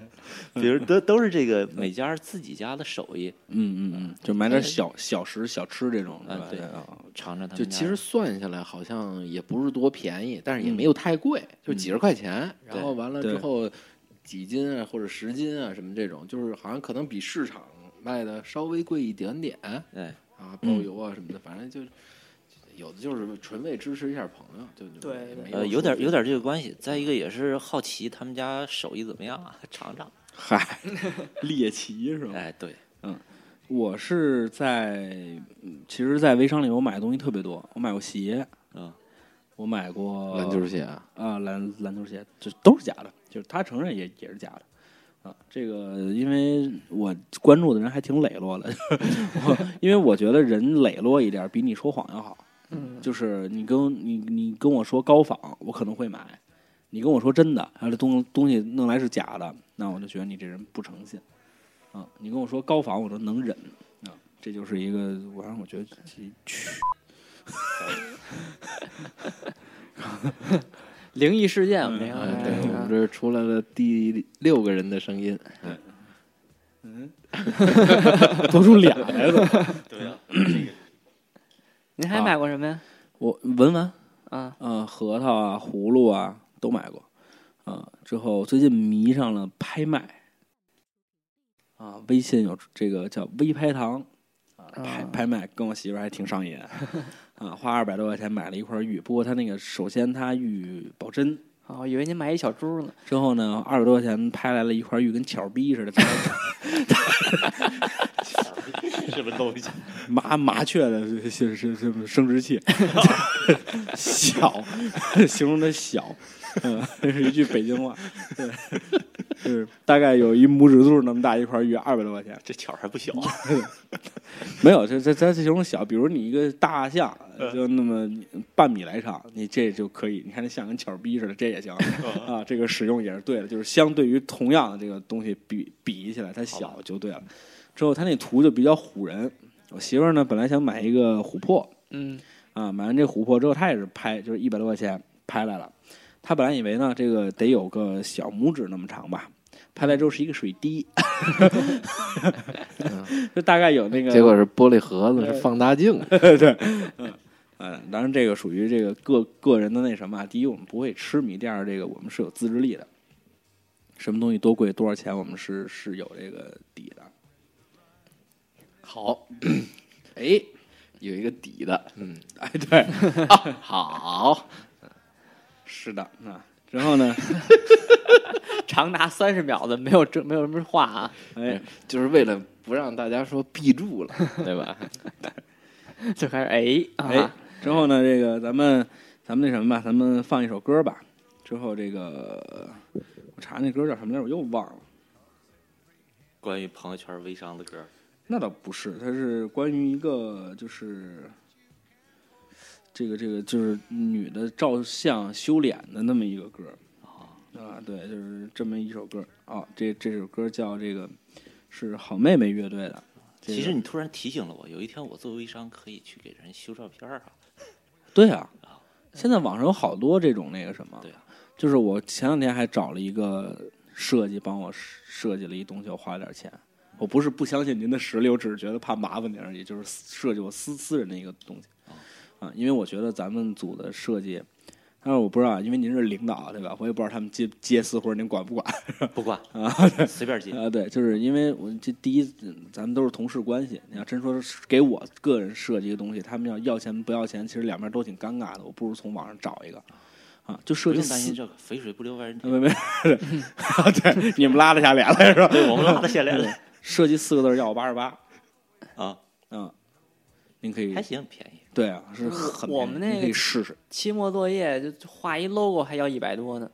比如都都是这个每家自己家的手艺，嗯嗯嗯，就买点小小食小吃这种，是吧啊对啊，尝尝他们就家其实算下来好像也不是多便宜，但是也没有太贵，就几十块钱。然后完了之对后几斤啊或者十斤啊什么这种，就是好像可能比市场卖的稍微贵一点点啊，哎，包邮啊什么的，反正就有的就是纯为支持一下朋友，就就对没呃，有说点非有点这个关系。再一个也是好奇他们家手艺怎么样啊， *laughs* 尝尝。嗨，猎奇是吧？哎，对，我是在，嗯其实，在微商里我买的东西特别多，我买过鞋，嗯，我买过篮球鞋啊，啊，篮篮球鞋这都是假的，就是他承认也也是假的啊。这个因为我关注的人还挺磊落的， *laughs* 我因为我觉得人磊落一点比你说谎要好。嗯，就是你跟你你跟我说高仿，我可能会买；你跟我说真的，然后这东东西弄来是假的，那我就觉得你这人不诚信啊。你跟我说高仿，我都能忍啊。这就是一个，我让我觉得这灵异事件我们这哎，个，对我们嗯这出来了第六个人的声音，多出俩来了。对呀，您还啊买过什么呀？我闻闻，啊，呃，核桃啊、葫芦啊都买过，啊、之后最近迷上了拍卖，啊、微信有这个叫微拍堂，啊、拍啊拍卖，跟我媳妇儿还挺上瘾，啊、花二百多块钱买了一块玉，不过它那个首先它玉保真，哦，我以为您买一小猪呢，之后呢，二百多块钱拍来了一块玉，跟巧儿逼 *laughs* 似的，什么东西？ *laughs* 麻麻雀的是是是是生殖 *laughs* 器，小，形容它小，嗯，这是一句北京话，对，就是大概有一拇指肚那么大一块玉，二百多块钱， *laughs* 这巧儿还 *laughs* 不小，没有，这这这形容小，比如你一个大象，就那么半米来长，你这就可以。你看那象跟巧儿逼似的，这也行啊。这个使用也是对的，就是相对于同样的这个东西比比起来，它小就对了。之后它那图就比较唬人。我媳妇儿呢，本来想买一个琥珀嗯，啊，买完这琥珀之后，她也是拍，就是一百多块钱拍来了。她本来以为呢，这个得有个小拇指那么长吧，拍来之后是一个水滴， *laughs* 就大概有那啊个嗯结果是玻璃盒子，是放大镜，对，嗯，呃，当然这个属于这个个个人的那什么啊。第一，我们不会痴迷；第二，这个我们是有自制力的。什么东西多贵多少钱，我们是是有这个底的。 *laughs* 好，哎，有一个底的，嗯，哎，对，好，是的，啊。之后呢，长达三十秒的，没有这没有什么话啊，哎，就是为了不让大家说闭住了，对吧？就开始哎哎啊，，之后呢，这个咱们咱们那什么吧，咱们放一首歌吧。之后这个我查那歌叫什么来着，我又忘了。 *laughs* 关于朋友圈微商的歌儿，那倒不是，它是关于一个就是这个这个就是女的照相修脸的那么一个歌啊啊，对，就是这么一首歌啊。这这首歌叫这个是好妹妹乐队的。这个其实你突然提醒了我，有一天我做微商可以去给人修照片儿啊。对啊，现在网上有好多这种那个什么，嗯对啊就是我前两天还找了一个设计帮我设计了一东西，我花了点钱，我不是不相信您的实力，我只是觉得怕麻烦您而已，就是设计我私私人的一个东西哦啊。因为我觉得咱们组的设计，但是我不知道啊，因为您是领导对吧？我也不知道他们接接私活儿您管不管 *laughs* 不管，啊？ *laughs* 随便接。啊，对，就是因为我这第一，嗯咱们都是同事关系。你要真说是给我个人设计一个东西，他们要要钱不要钱，其实两边都挺尴尬的。我不如从网上找一个啊，就不设计用担思心这个，肥水不流 *laughs* 外人田。 *laughs* 没没， *laughs* 对，你们拉得下脸来是吧？ *laughs* 对我们拉得下来了设计四个字儿要我八十八，啊，嗯，您可以还行，便宜。对啊，是很我便宜们那您可个以试试期末作业就就画一 logo 还要一百多呢，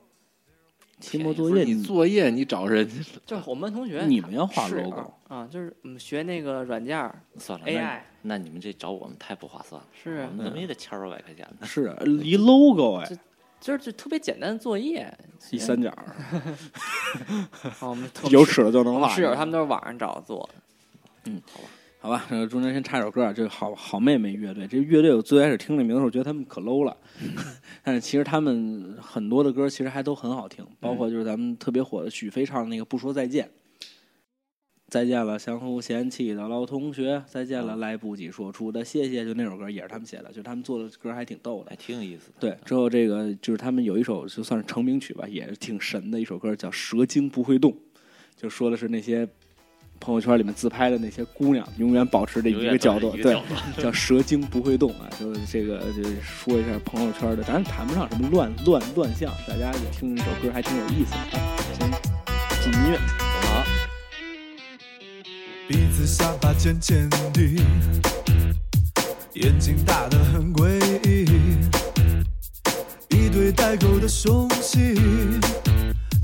期末不作业是，你作业你找人家就是我们同学你们要画是 logo，啊，就是我们学那个软件儿算了 AI 那那你们这找我们太不划算了，是我啊，们怎么嗯也得千二百块钱呢。是啊一 logo 哎这，就是就特别简单的作业，一三角儿啊，我们特有尺子就能画。室友他们都是啊网上找做的，好吧，呃，中间先插首歌啊，这个好好妹妹乐队，这乐队我最开始听这名字的时候觉得他们可 low 了， *laughs* 但是其实他们很多的歌其实还都很好听，包括就是咱们特别火的许飞唱的那个《不说再见》，再见了相互嫌弃的老同学，再见了来不及说出的谢谢，就那首歌也是他们写的，就他们做的歌还挺逗的还。挺有意思的。啊对，之后这个就是他们有一首就算是成名曲吧，也是挺神的一首歌，叫《蛇精不会动》，就说的是那些朋友圈里面自拍的那些姑娘，永远保持着一永远个都角是度，一个对角，叫《蛇精不会动》啊，就是这个就是说一下朋友圈的，咱谈不上什么乱乱乱象，大家也听这首歌还挺有意思的。先进音乐，好，鼻子下巴尖尖的，眼睛大得很诡异，一对带钩的凶器，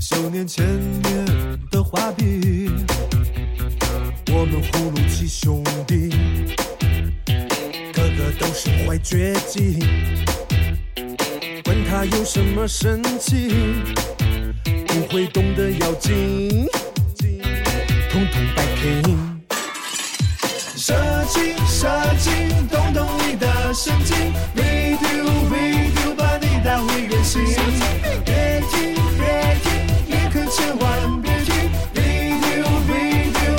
修年前面的画笔，我们葫芦七兄弟，个个都是坏绝技，问他有什么神奇，不会动的妖精。统统摆平。设计设计，动动你的神经，redo redo，把你打回原形。别停别停，一刻千万别停，redo redo，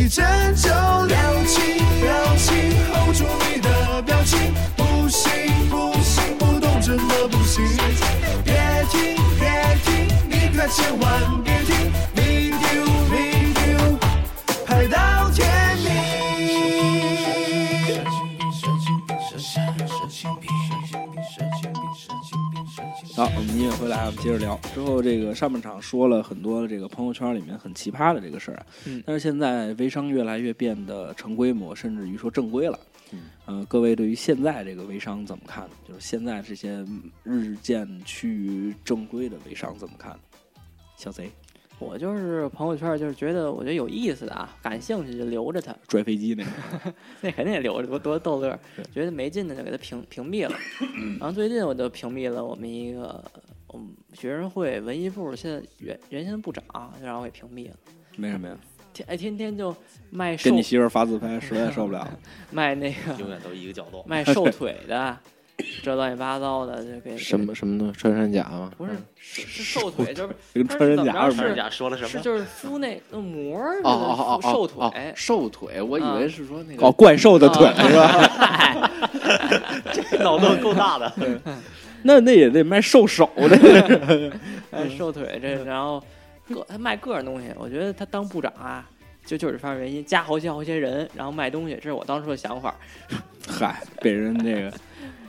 一针就了情，表情 hold 住你的表情，不行不行，不动真的不行。别停别停，你可千万别停，redo redo。拍到天明。好，我们音乐回来，我们接着聊。之后这个上半场说了很多这个朋友圈里面很奇葩的这个事儿啊，嗯但是现在微商越来越变得成规模，甚至于说正规了。嗯，呃，各位对于现在这个微商怎么看呢？就是现在这些日渐趋于正规的微商怎么看？小贼我就是朋友圈儿就是觉得我觉得有意思的啊，感兴趣就留着它，拽飞机那 *laughs* 个，那肯定也留着，多多逗乐儿对。觉得没劲的就给他屏屏蔽了。然后最近我就屏蔽了我们一个我们学生会文艺部现在原原先部长，就让我给屏蔽了。为什么呀？天哎，天天就卖瘦跟你媳妇儿发自拍，实在受不了 *laughs* 了。卖那个永远都是一个角度。卖瘦腿的，这乱七八糟的就给什？么什么的穿山甲吗？不是是是瘦腿，就是跟穿山甲是似的。家说了什是么？就是敷那那膜儿哦哦哦的哦，瘦哦腿。哎瘦腿，我以啊为是说那个哦，怪兽的 *laughs* 腿啊是吧？ *laughs* 脑洞够大的。那那也得卖兽手的。哎，嗯瘦腿这，然后个他卖各种东西，我觉得他当部长啊，就就这方面原因，加好些好些人，然后卖东西，这是我当初的想法。嗨，被人这 *laughs* 个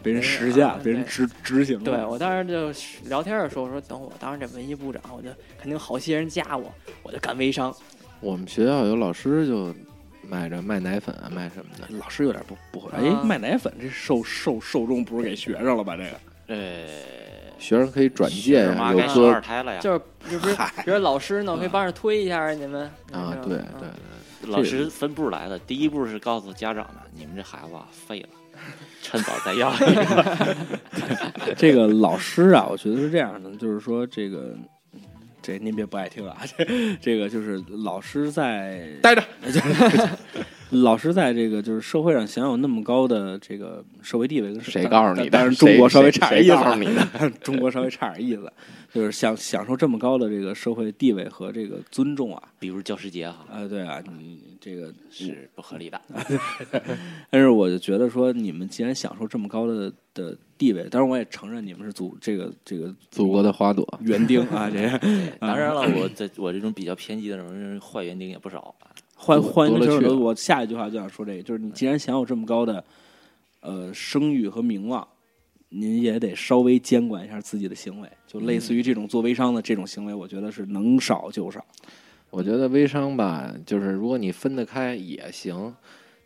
被人实现啊了，被被人人执执行了。对我当时就聊天的时候说，等我当上这文艺部长，我就肯定好些人加我，我就干微商。我们学校有老师就卖着卖奶粉啊，卖什么的。老师有点不不会。啊哎，卖奶粉这受受受众不是给学生了吧？这 *laughs* 个呃，学生可以转介这啊呀，妈有该生哥啊二胎了呀。就是就不是，比如老师呢，我可以帮着推一下啊你们啊，对对，嗯对，老师分步来的，第一步是告诉家长呢，你们这孩子啊废了，趁早再要一个。 *laughs* 这个老师啊，我觉得是这样的，就是说这个，嗯 *laughs* 这您别不爱听啊，这这个就是老师在待着， *laughs* 老是在这个就是社会上享有那么高的这个社会地位跟社，谁告诉你的？当然，中国谁稍微差点谁意思谁告啊诉，你的？ *laughs* 中国稍微差点意思，就是享享受这么高的这个社会地位和这个尊重啊，比如教师节哈，啊、对啊，你这个是不合理的。但是我就觉得说，你们既然享受这么高的的地位，当然我也承认你们是祖这个这个 *laughs* 祖国的花朵，园丁啊，这 *laughs* 个当然了，我在我这种比较偏激的人，坏园丁也不少啊。换多换一个多就了是去了说我下一句话就想说这个，就是你既然享有这么高的呃声誉和名望，您也得稍微监管一下自己的行为，就类嗯似于这种做微商的这种行为，我觉得是能少就少。我觉得微商吧，就是如果你分得开也行，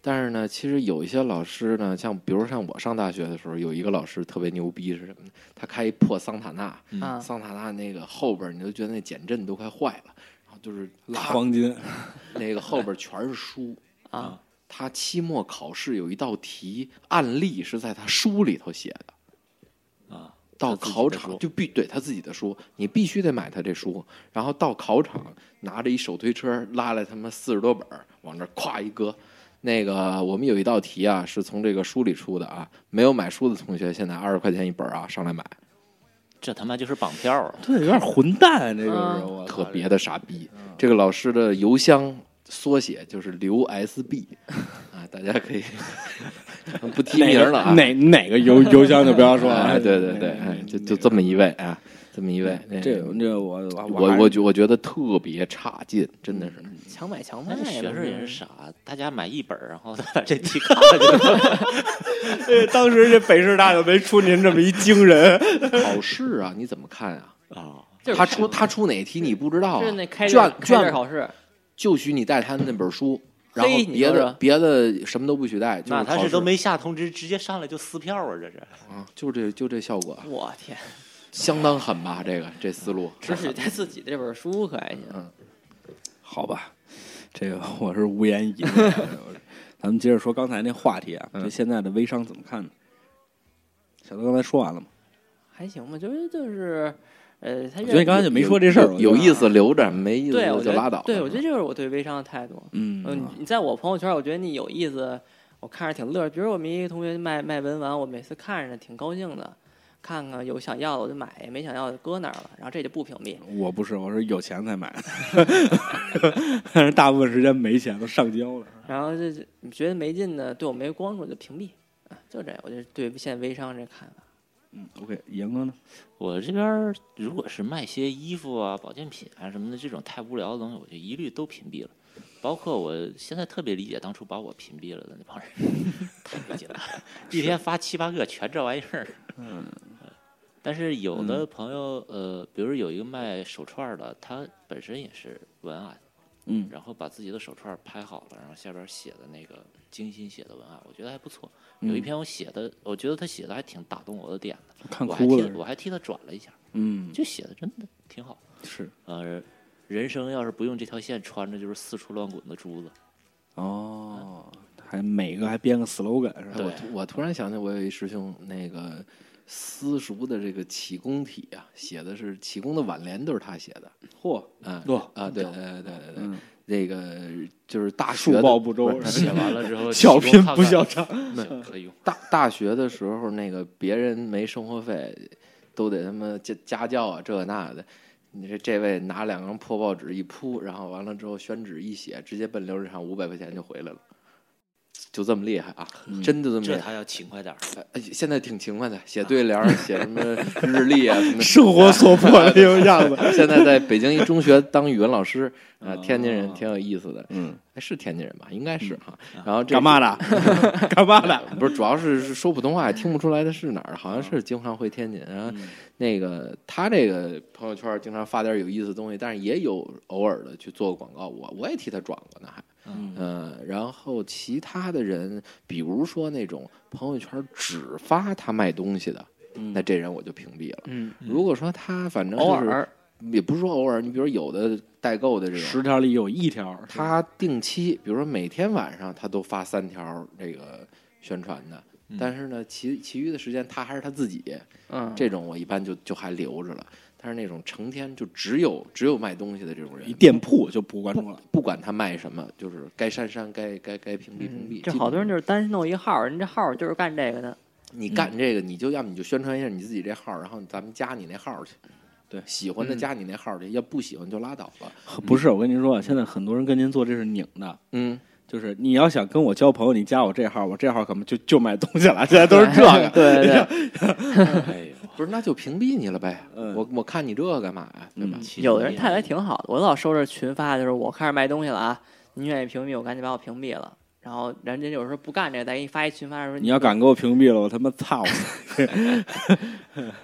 但是呢，其实有一些老师呢，像比如像我上大学的时候，有一个老师特别牛逼是什么呢？他开一破桑塔纳，啊，桑塔纳那个后边儿你都觉得那减震都快坏了，然后就是拉他黄 *laughs* 金，那个后边全是书啊。他期末考试有一道题案例是在他书里头写的，啊，到他自己考的书场就必对他自己的书，你必须得买他这书，然后到考场拿着一手推车拉来他妈四十多本儿往这儿咵一搁。那个我们有一道题啊，是从这个书里出的啊，没有买书的同学现在二十块钱一本儿啊，上来买，这他妈就是绑票啊！对，有点混蛋，这个啊是我特别的傻逼。这个老师的邮箱缩写就是刘 *laughs* SB 啊，大家可以 *laughs* 不提名了啊。哪哪个邮邮箱就不要说了，啊哎，对对对，哎就就这么一位啊，这么一位。嗯那这个这个我我我我觉我觉得特别差劲，真的是。强买强卖那吧，学这生也是是傻，大家买一本儿，然后他把这题看了就当时这北师大就没出您这么一惊人， *laughs* 考试啊，你怎么看啊？啊，就是他出他出哪题你不知道啊？就是那开卷卷开卷卷考试，就许你带他那本书，然后嘿你别说的说别的什么都不许带。就是那他考是试都没下通知，直接上来就撕票啊！这是啊，就这就这效果，我 *laughs* 天，相当狠吧？这个这思路，只许他自己这本书可还行？ *laughs* 好吧，这个我是无言以对。啊咱们接着说刚才那话题啊，这现在的微商怎么看呢？小德刚才说完了吗？还行吧，就是就是，呃，他所以刚才就没说这事儿，有有我觉得啊意思留着，没意思对，我觉就得拉倒。对，我觉得这就是我对微商的态度。嗯嗯，，你在我朋友圈，我觉得你有意思，我看着挺乐儿。比如我们一个同学卖卖文玩，我每次看着挺高兴的，看看有想要的我就买，没想要的就搁那儿了，然后这就不屏蔽。我不是，我是有钱才买，但是 *laughs* 大部分时间没钱都上交了。然后这你觉得没劲的，对我没光荣就屏蔽，啊，就这样。我就是对现在微商这看法，嗯，OK，严哥呢？我这边儿如果是卖些衣服啊、保健品啊什么的这种太无聊的东西，我就一律都屏蔽了。包括我现在特别理解当初把我屏蔽了的那帮人， *laughs* 太没劲了，一天发七八个，全这玩意儿。嗯，但是有的嗯朋友，呃，比如有一个卖手串儿的，他本身也是文案，嗯然后把自己的手串儿拍好了，然后下边儿写的那个精心写的文案，我觉得还不错。有一嗯篇我写的，我觉得他写的还挺打动我的点的。看我还哭替我了，还替他转了一下，嗯，就写的真的挺好。是呃，人生要是不用这条线穿着，就是四处乱滚的珠子。哦，还每个还编个 slogan 是吧？哎我突我突然想起，我有一师兄，那个私塾的这个启功体啊，写的是启功的挽联都是他写的嚯，啊嚯 *laughs* 啊，对对对对对嗯，那个就是大学树的报不周，不是写完了之后，小提品供看不看嗯小唱。可以用。大大学的时候，那个别人没生活费，都得他妈家家教啊，这个那的。你这这位拿两张破报纸一铺，然后完了之后宣纸一写，直接奔流水账五百块钱就回来了，就这么厉害啊！嗯真的这么厉这害。他要勤快点儿，哎，现在挺勤快的，写对联儿，写什么日历啊什么 *laughs* 的。生活所迫的这种样子。 *laughs* 现在在北京一中学当语文老师，啊、哦天津人挺有意思的，嗯，哎，是天津人吧？应该是哈。然后这干嘛的？干嘛的？不是，主要是是说普通话也听不出来他是哪儿，好像嗯是经常回天津。然后那个他这个朋友圈经常发点有意思的东西，但是也有偶尔的去做广告，我我也替他转过呢，还嗯呃，然后其他的人，比如说那种朋友圈只发他卖东西的，那这人我就屏蔽了。嗯，如果说他反正偶就是尔也不是说偶尔，你比如有的代购的这种，十条里有一条是他定期，比如说每天晚上他都发三条这个宣传的，但是呢，其其余的时间他还是他自己，嗯，这种我一般就就还留着了。他是那种成天就只有只有卖东西的这种一人，店铺就不关注了。不管他卖什么，就是该删删，该该该屏蔽屏蔽。嗯这好多人基本就上是嗯单弄一号，人这号就是干这个的。你干这个，你就要么你就宣传一下你自己这号，然后咱们加你那号去。对喜欢的嗯加你那号去，要不喜欢就拉倒吧。不嗯是，我跟您说啊，现在很多人跟您做这是拧的，嗯，就是你要想跟我交朋友，你加我这号，我这号可能就就卖东西了，现在都是这个。 *laughs* 对对，哎呦，不是，那就屏蔽你了呗。嗯我我看你这个干嘛呀？对吧？其实有的人也态度还挺好的，我老收着群发，就是我开始卖东西了啊，您愿意屏蔽我，赶紧把我屏蔽了。然后人家有时候不干这个，再给你发一群发说你要敢给我屏蔽了，我他妈操！ *laughs*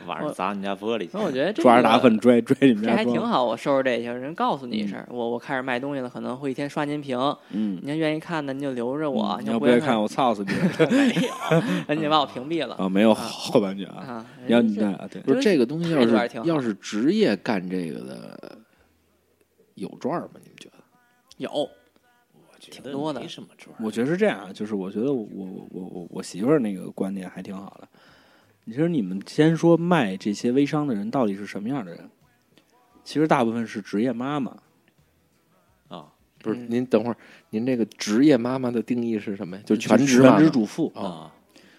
晚上砸你家玻璃去那我觉得这抓着个打粉拽拽你们这家还装挺好。我收拾这些，人告诉你一声，我我开始卖东西了，可能会一天刷您屏，嗯，您愿意看的您就留着我，你您要不愿爱意看，我操死你！ *laughs* *laughs* 人家把我 *laughs* 屏蔽了啊，没有后后半句啊，啊。人要家你是那啊，对，不是这个东西，要态度还是挺是好要是职业干这个的，有赚吗？你们觉得？有挺多的没什么赚儿。我觉得是这样啊，就是我觉得我我我我我媳妇儿那个观念还挺好的。其实你们先说卖这些微商的人到底是什么样的人？其实大部分是职业妈妈，啊，不是，嗯您等会儿，您这个职业妈妈的定义是什么呀？就全职妈全妈职主妇哦啊，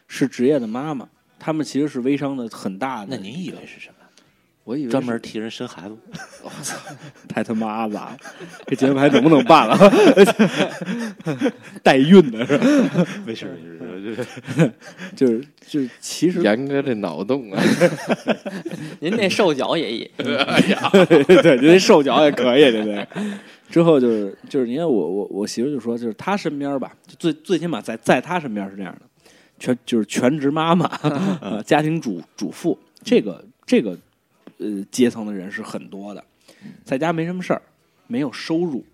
是职业的妈妈，他们其实是微商的很大的。那您以为是什么？我以为专是门替人生孩子？太他妈了啊，这节目还能不能办 *laughs* 了？代孕的是吧，没事没事，我就是就是就是，其实嗯严哥这脑洞啊，嗯您那瘦脚 *laughs* 也也对，您受脚也可以，对不对？之后就是就是，你看我我我媳妇就说，就是她身边吧，就最最起码在在她身边是这样的，全就是全职妈妈，呃，家庭主主妇，这个这个呃阶层的人是很多的，在家没什么事儿，没有收入，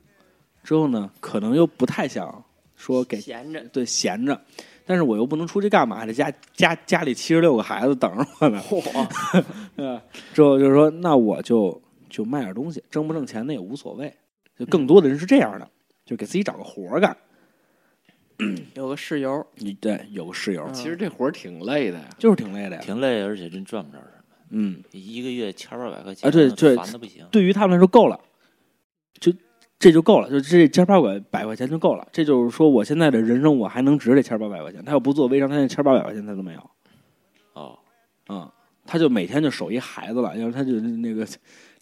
之后呢，可能又不太想说给闲着。对闲着，但是我又不能出去干嘛？这家家家里七十六个孩子等着我呢。 *laughs* 嗯，之后就是说，那我就就卖点东西，挣不挣钱那也无所谓。就更多的人是这样的，就给自己找个活儿干。有个室友，你对有个室友，嗯其实这活儿挺累的呀。就是挺累的呀。 *laughs* 挺累，而且真赚不着什么，嗯，一个月千八百块钱，啊对对烦的不行。对于他们来说够了，就这就够了，就这千八百百块钱就够了。这就是说，我现在的人生我还能值这千八百块钱。他要不做微商，他那千八百块钱他都没有。哦，嗯，他就每天就守一孩子了，要不他就那个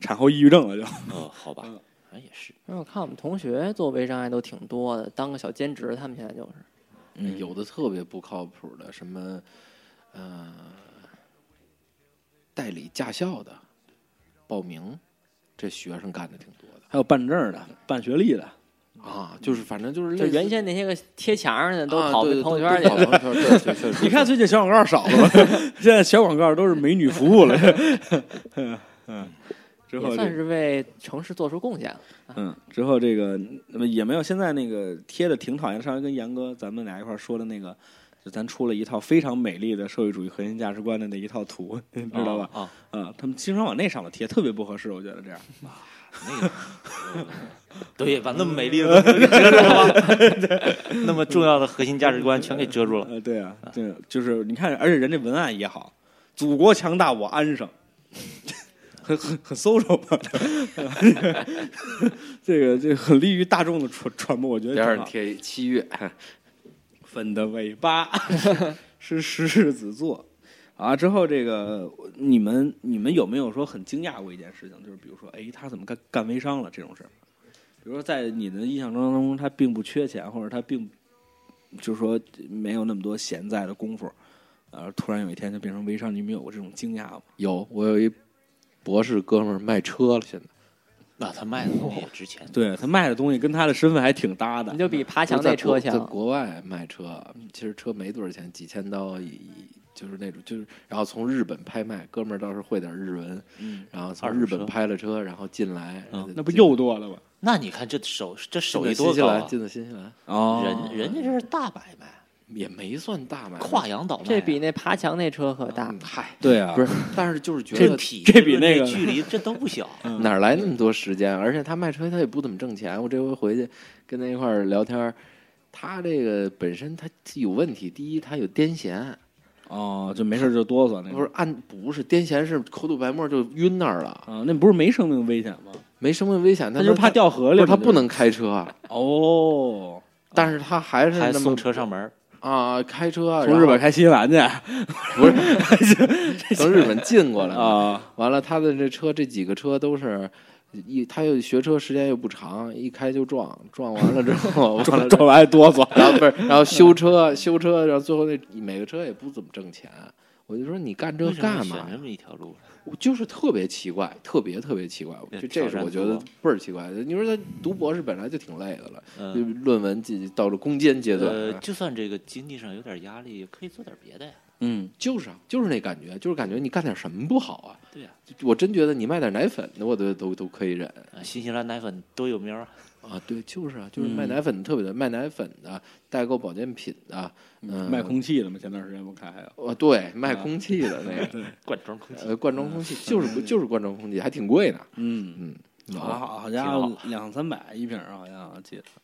产后抑郁症了就。哦，好吧，反正也是，因为我看我们同学做微商还都挺多的，当个小兼职，他们现在就是嗯有的特别不靠谱的，什么，呃，代理驾校的，报名，这学生干的挺多的还有办证儿的、办学历的， *laughs* 啊，就是反正就嗯是就类似原先那些个贴墙上的都啊跑对朋友都圈都去跑朋友圈儿去，确 *laughs* 实是你看最近小广告少了吧？ *laughs* 现在小广告都是美女服务了。 *laughs* 嗯，之后也这算是为城市做出贡献了。嗯，之后这个那么也没有现在那个贴的挺讨厌。上回跟杨哥咱们俩一块儿说的那个，就咱出了一套非常美丽的社会主义核心价值观的那一套图，你知道吧？啊，啊哦嗯，他们经常往那上面贴，特别不合适，我觉得这样。那个，对，把那么美丽的东西给遮住了吧， *laughs* 那么重要的核心价值观全给遮住了。呃，对啊，对，就是你看，而且人家文案也好，“祖国强大，我安生”，很很很 social 吧？ *laughs* 这个这个很利于大众的传传播，我觉得 *laughs* 第二挺好天七月， *laughs* 粉的尾巴 *laughs* 是狮子座啊。之后这个你们你们有没有说很惊讶过一件事情？就是比如说，哎，他怎么干干微商了这种事儿？比如说，在你的印象当中，他并不缺钱，或者他并就是说没有那么多闲在的功夫，呃，突然有一天就变成微商，你们有过这种惊讶吗？有我有一博士哥们儿卖车了，现在那他卖的东西也值钱，对他卖的东西跟他的身份还挺搭的你，就比爬墙啊就那在国车在强，国外卖车，其实车没多少钱，几千刀一，一就是那种，就是然后从日本拍卖，哥们儿倒是会点日文，嗯，然后从二手日本车拍了车，然后进来，嗯进那不又多了吗？那你看这手这进手的艺新多西高兰，嗯啊！进的新西兰哦人人家这是大买卖，也没算大买卖，跨洋倒卖啊，这比那爬墙那车可大嗯。嗨，对啊，不是，但是就是觉这得匹这比那个距离这都不小。哪儿来那么多时间？而且他卖车他也不怎么挣钱，我这回回去跟他一块儿聊天儿。他这个本身他有问题，第一他有癫痫，哦，就没事就哆嗦那不是按不是癫痫是口吐白沫就晕那儿了，啊，那不是没生命危险吗？没生命危险，他但就是怕掉河不里嘛，是他不就是能开 *laughs* 车，哦，但是他还是那还送么车上门儿，啊开车从日本开新西兰去不 *laughs* 是从日本进过来的啊？完了，他的这车这几个车都是一，他又学车时间又不长，一开就撞，撞完了之 *laughs* 后，完了之后撞完还哆嗦，然后不是，然后修车啊修车，然后最后那每个车也不怎么挣钱。我就说你干这为什么干嘛选？这么一条路？我就是特别奇怪，特别特别奇怪，那就这是挑战我觉多得倍儿奇怪的。你说他读博士本来就挺累的了，就嗯，论文进到了攻坚阶段，啊呃，就算这个经济上有点压力，可以做点别的呀。嗯，就是啊，就是那感觉，就是感觉你干点什么不好啊？对呀，我真觉得你卖点奶粉的，我都都都可以忍。啊新西兰奶粉多有名儿啊，啊，对，就是啊，就是嗯卖奶粉的特别多，卖奶粉的、代购保健品的，嗯，卖空气了吗？前段时间不看还有，哦，对，卖啊空气的那个，罐装空气。呃，罐装 *laughs* 空气就是嗯不就是罐装空气，还挺贵呢，嗯，嗯，好好好家伙，两三百一瓶儿好像我记得，嗯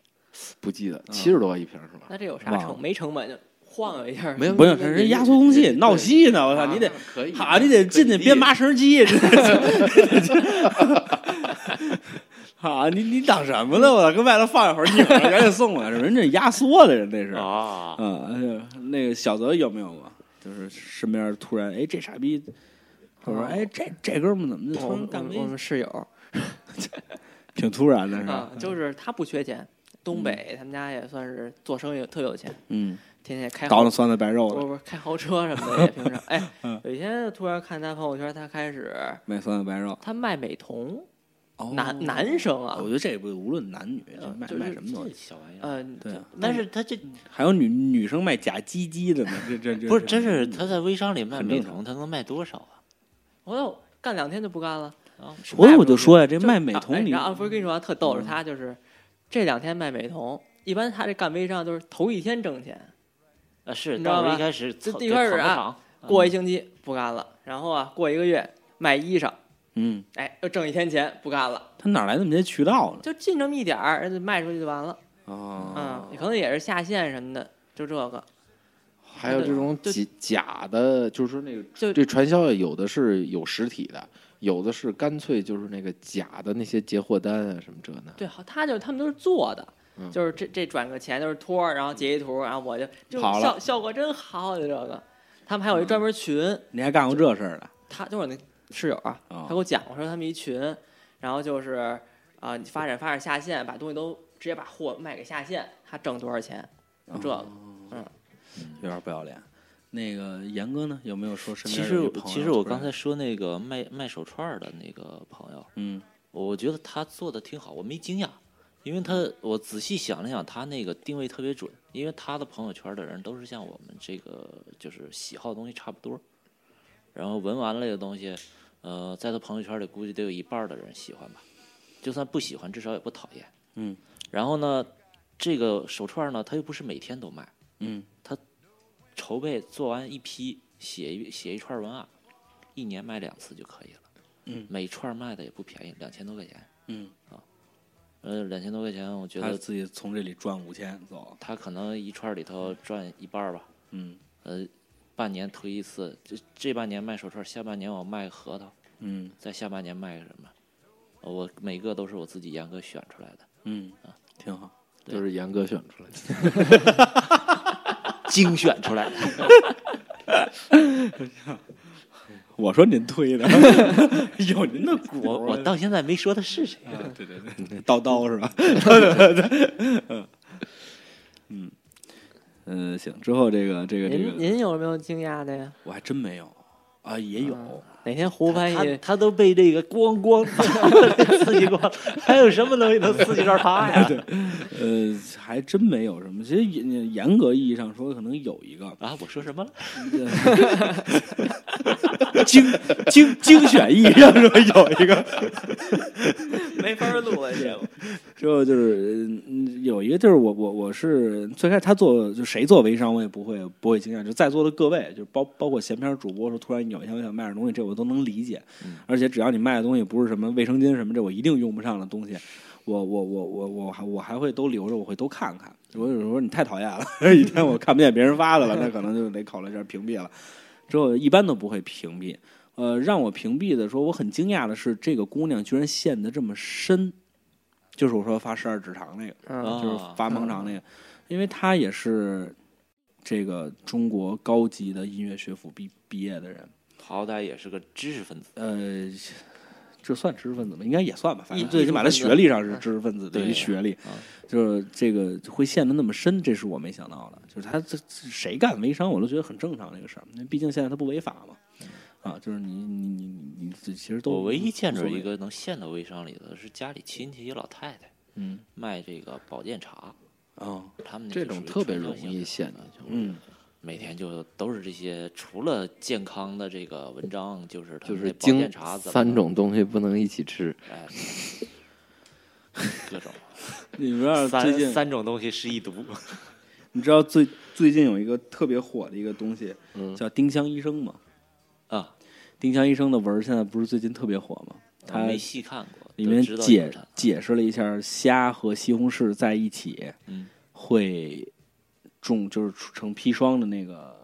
不记得七十多块一瓶是吧？那这有啥忘了成没成本就晃悠一下儿，没有，不是，那这是压缩空气，闹，戏呢！我嗯啊操，你得可以好，你得进去可以编麻绳 *laughs* 机，好，你你等什么呢？我操，跟外头放一会儿，拧了赶紧送过来。人家压缩的人，这是啊，嗯，而且那个小泽有没有过？就是身边突然，哎，这傻逼，我说，哎，这这哥们怎么就我突然们我干们这我们室友挺突然的是吧啊，？嗯就是他不缺钱，东北他们家也算是做生意特有钱，嗯，天天开倒豪腾酸菜白肉不的，不开豪车什么的也平常。 *laughs* 哎，嗯有一天突然看他朋友圈，他开始卖酸菜白肉。他卖美瞳，哦男男生啊我觉，得这不无论男女，呃卖就是卖什么东这西，小玩意儿。嗯，对啊就但是他这还有女女生卖假鸡鸡的呢，这这这不是，真是他在微商里卖很美正瞳，他能卖多少啊？我有干两天就不干了。啊，所以我就说呀，这就卖美啊哎瞳你然后不是跟你说啊特逗，是嗯他就是这两天卖美瞳，一般他这干微商都是头一天挣钱，啊是，你知道当时吧一开始这捧一给开始捧个嗯啊场嗯过一星期不干了，然后啊过一个月卖衣裳，嗯，哎又挣一天钱不干了，他哪来那么些渠道呢？就进这么一点儿，人家卖出去就完了。啊嗯，可能也是下线什么的，就这个还有这种就假假的，就是说那个就这传销有的是有实体的，有的是干脆就是那个假的那些截货单啊什么这那。对，好，他就他们都是做的，嗯就是这这转个钱就是托儿，然后截一图，然后我就就跑了嗯效效果真好，就这个。他们还有一专门群，你还干过这事儿的？他就是我那室友啊，哦他给我讲过说他们一群，然后就是啊、你发展发展下线，把东西都直接把货卖给下线，他挣多少钱，就这个。有点不要脸。那个严哥呢？有没有说身其边实有一我朋友其实我突然刚才说那个卖卖手串儿的那个朋友，嗯我觉得他做的挺好，我没惊讶，因为他我仔细想了想，他那个定位特别准，因为他的朋友圈的人都是像我们这个就是喜好的东西差不多，然后文玩类的东西，呃，在他朋友圈里估计得有一半儿的人喜欢吧，就算不喜欢，至少也不讨厌。嗯，然后呢，这个手串呢，他又不是每天都卖，嗯，筹备做完一批，写一写一串文案，一年卖两次就可以了。嗯每串卖的也不便宜，两千多块钱。啊嗯，呃，两千多块钱，我觉他得自己从这里赚五千走，他可能一串里头赚一半儿吧。嗯呃，半年推一次，这这半年卖手串，下半年我卖核桃，嗯再下半年卖什么？呃我每个都是我自己严格选出来的。嗯，挺好。都是严格选出来的。 *laughs* 精选出来的。我说您推 *laughs* 的，有您的股我我到现在没说他是谁。啊对对 *laughs* 对，叨叨是吧？嗯对对 *laughs* 对，嗯嗯嗯，行，之后这个这个这您个，您有没有惊讶的呀？我还真没有啊，也有。哪天胡翻他译他都被这个咣咣刺激过了，还有什么东西能刺激到他呀？呃，还真没有什么。其实严严格意义上说，可能有一个啊，我说什么了？精精精选意义上说有一个， *laughs* 没法录了，节目。之后就是嗯有一个就是我我我是最开始他做就谁做微商我也不会不会惊讶，就在座的各位就包包括闲篇主播说突然有一天我想卖点东西，这我都能理解，而且只要你卖的东西不是什么卫生巾什么这我一定用不上的东西，我我我我我还我还会都留着，我会都看看。我有时候你太讨厌了， *laughs* 一天我看不见别人发的了，那可能就得考虑一下屏蔽了。之后一般都不会屏蔽。呃，让我屏蔽的说，我很惊讶的是，这个姑娘居然陷得这么深，就是我说发十二指肠那个，啊嗯就是哦发盲肠那个，因为她也是这个中国高级的音乐学府毕毕业的人，好歹也是个知识分子，呃，这算知识分子吗？应该也算吧，反正艺最起码在艺术分学子历上是知识分子的一对学历啊，就是这个会陷得那么深，这是我没想到的。就是他这这谁干微商，我都觉得很正常这个事儿，那毕竟现在他不违法嘛。啊，就是你你你你你，这其实都嗯我唯一见无着所谓一，个能陷到微商里的是家里亲戚一老太太嗯卖这个保健茶，啊他们那这就种属于特别传销容性易质陷的，嗯，每天就都是这些，除了健康的这个文章，就是他就们是这保精健茶怎么三种东西不能一起吃， *laughs* 哎，各种你不知道呃最三近三种东西是一毒，你知道最最近有一个特别火的一个东西，嗯叫丁香医生嘛？啊，丁香医生的文儿现在不是最近特别火吗？我他没细看过，里都面知道有嗯解它解释了一下虾和西红柿在一起，嗯会中就是成砒霜的那个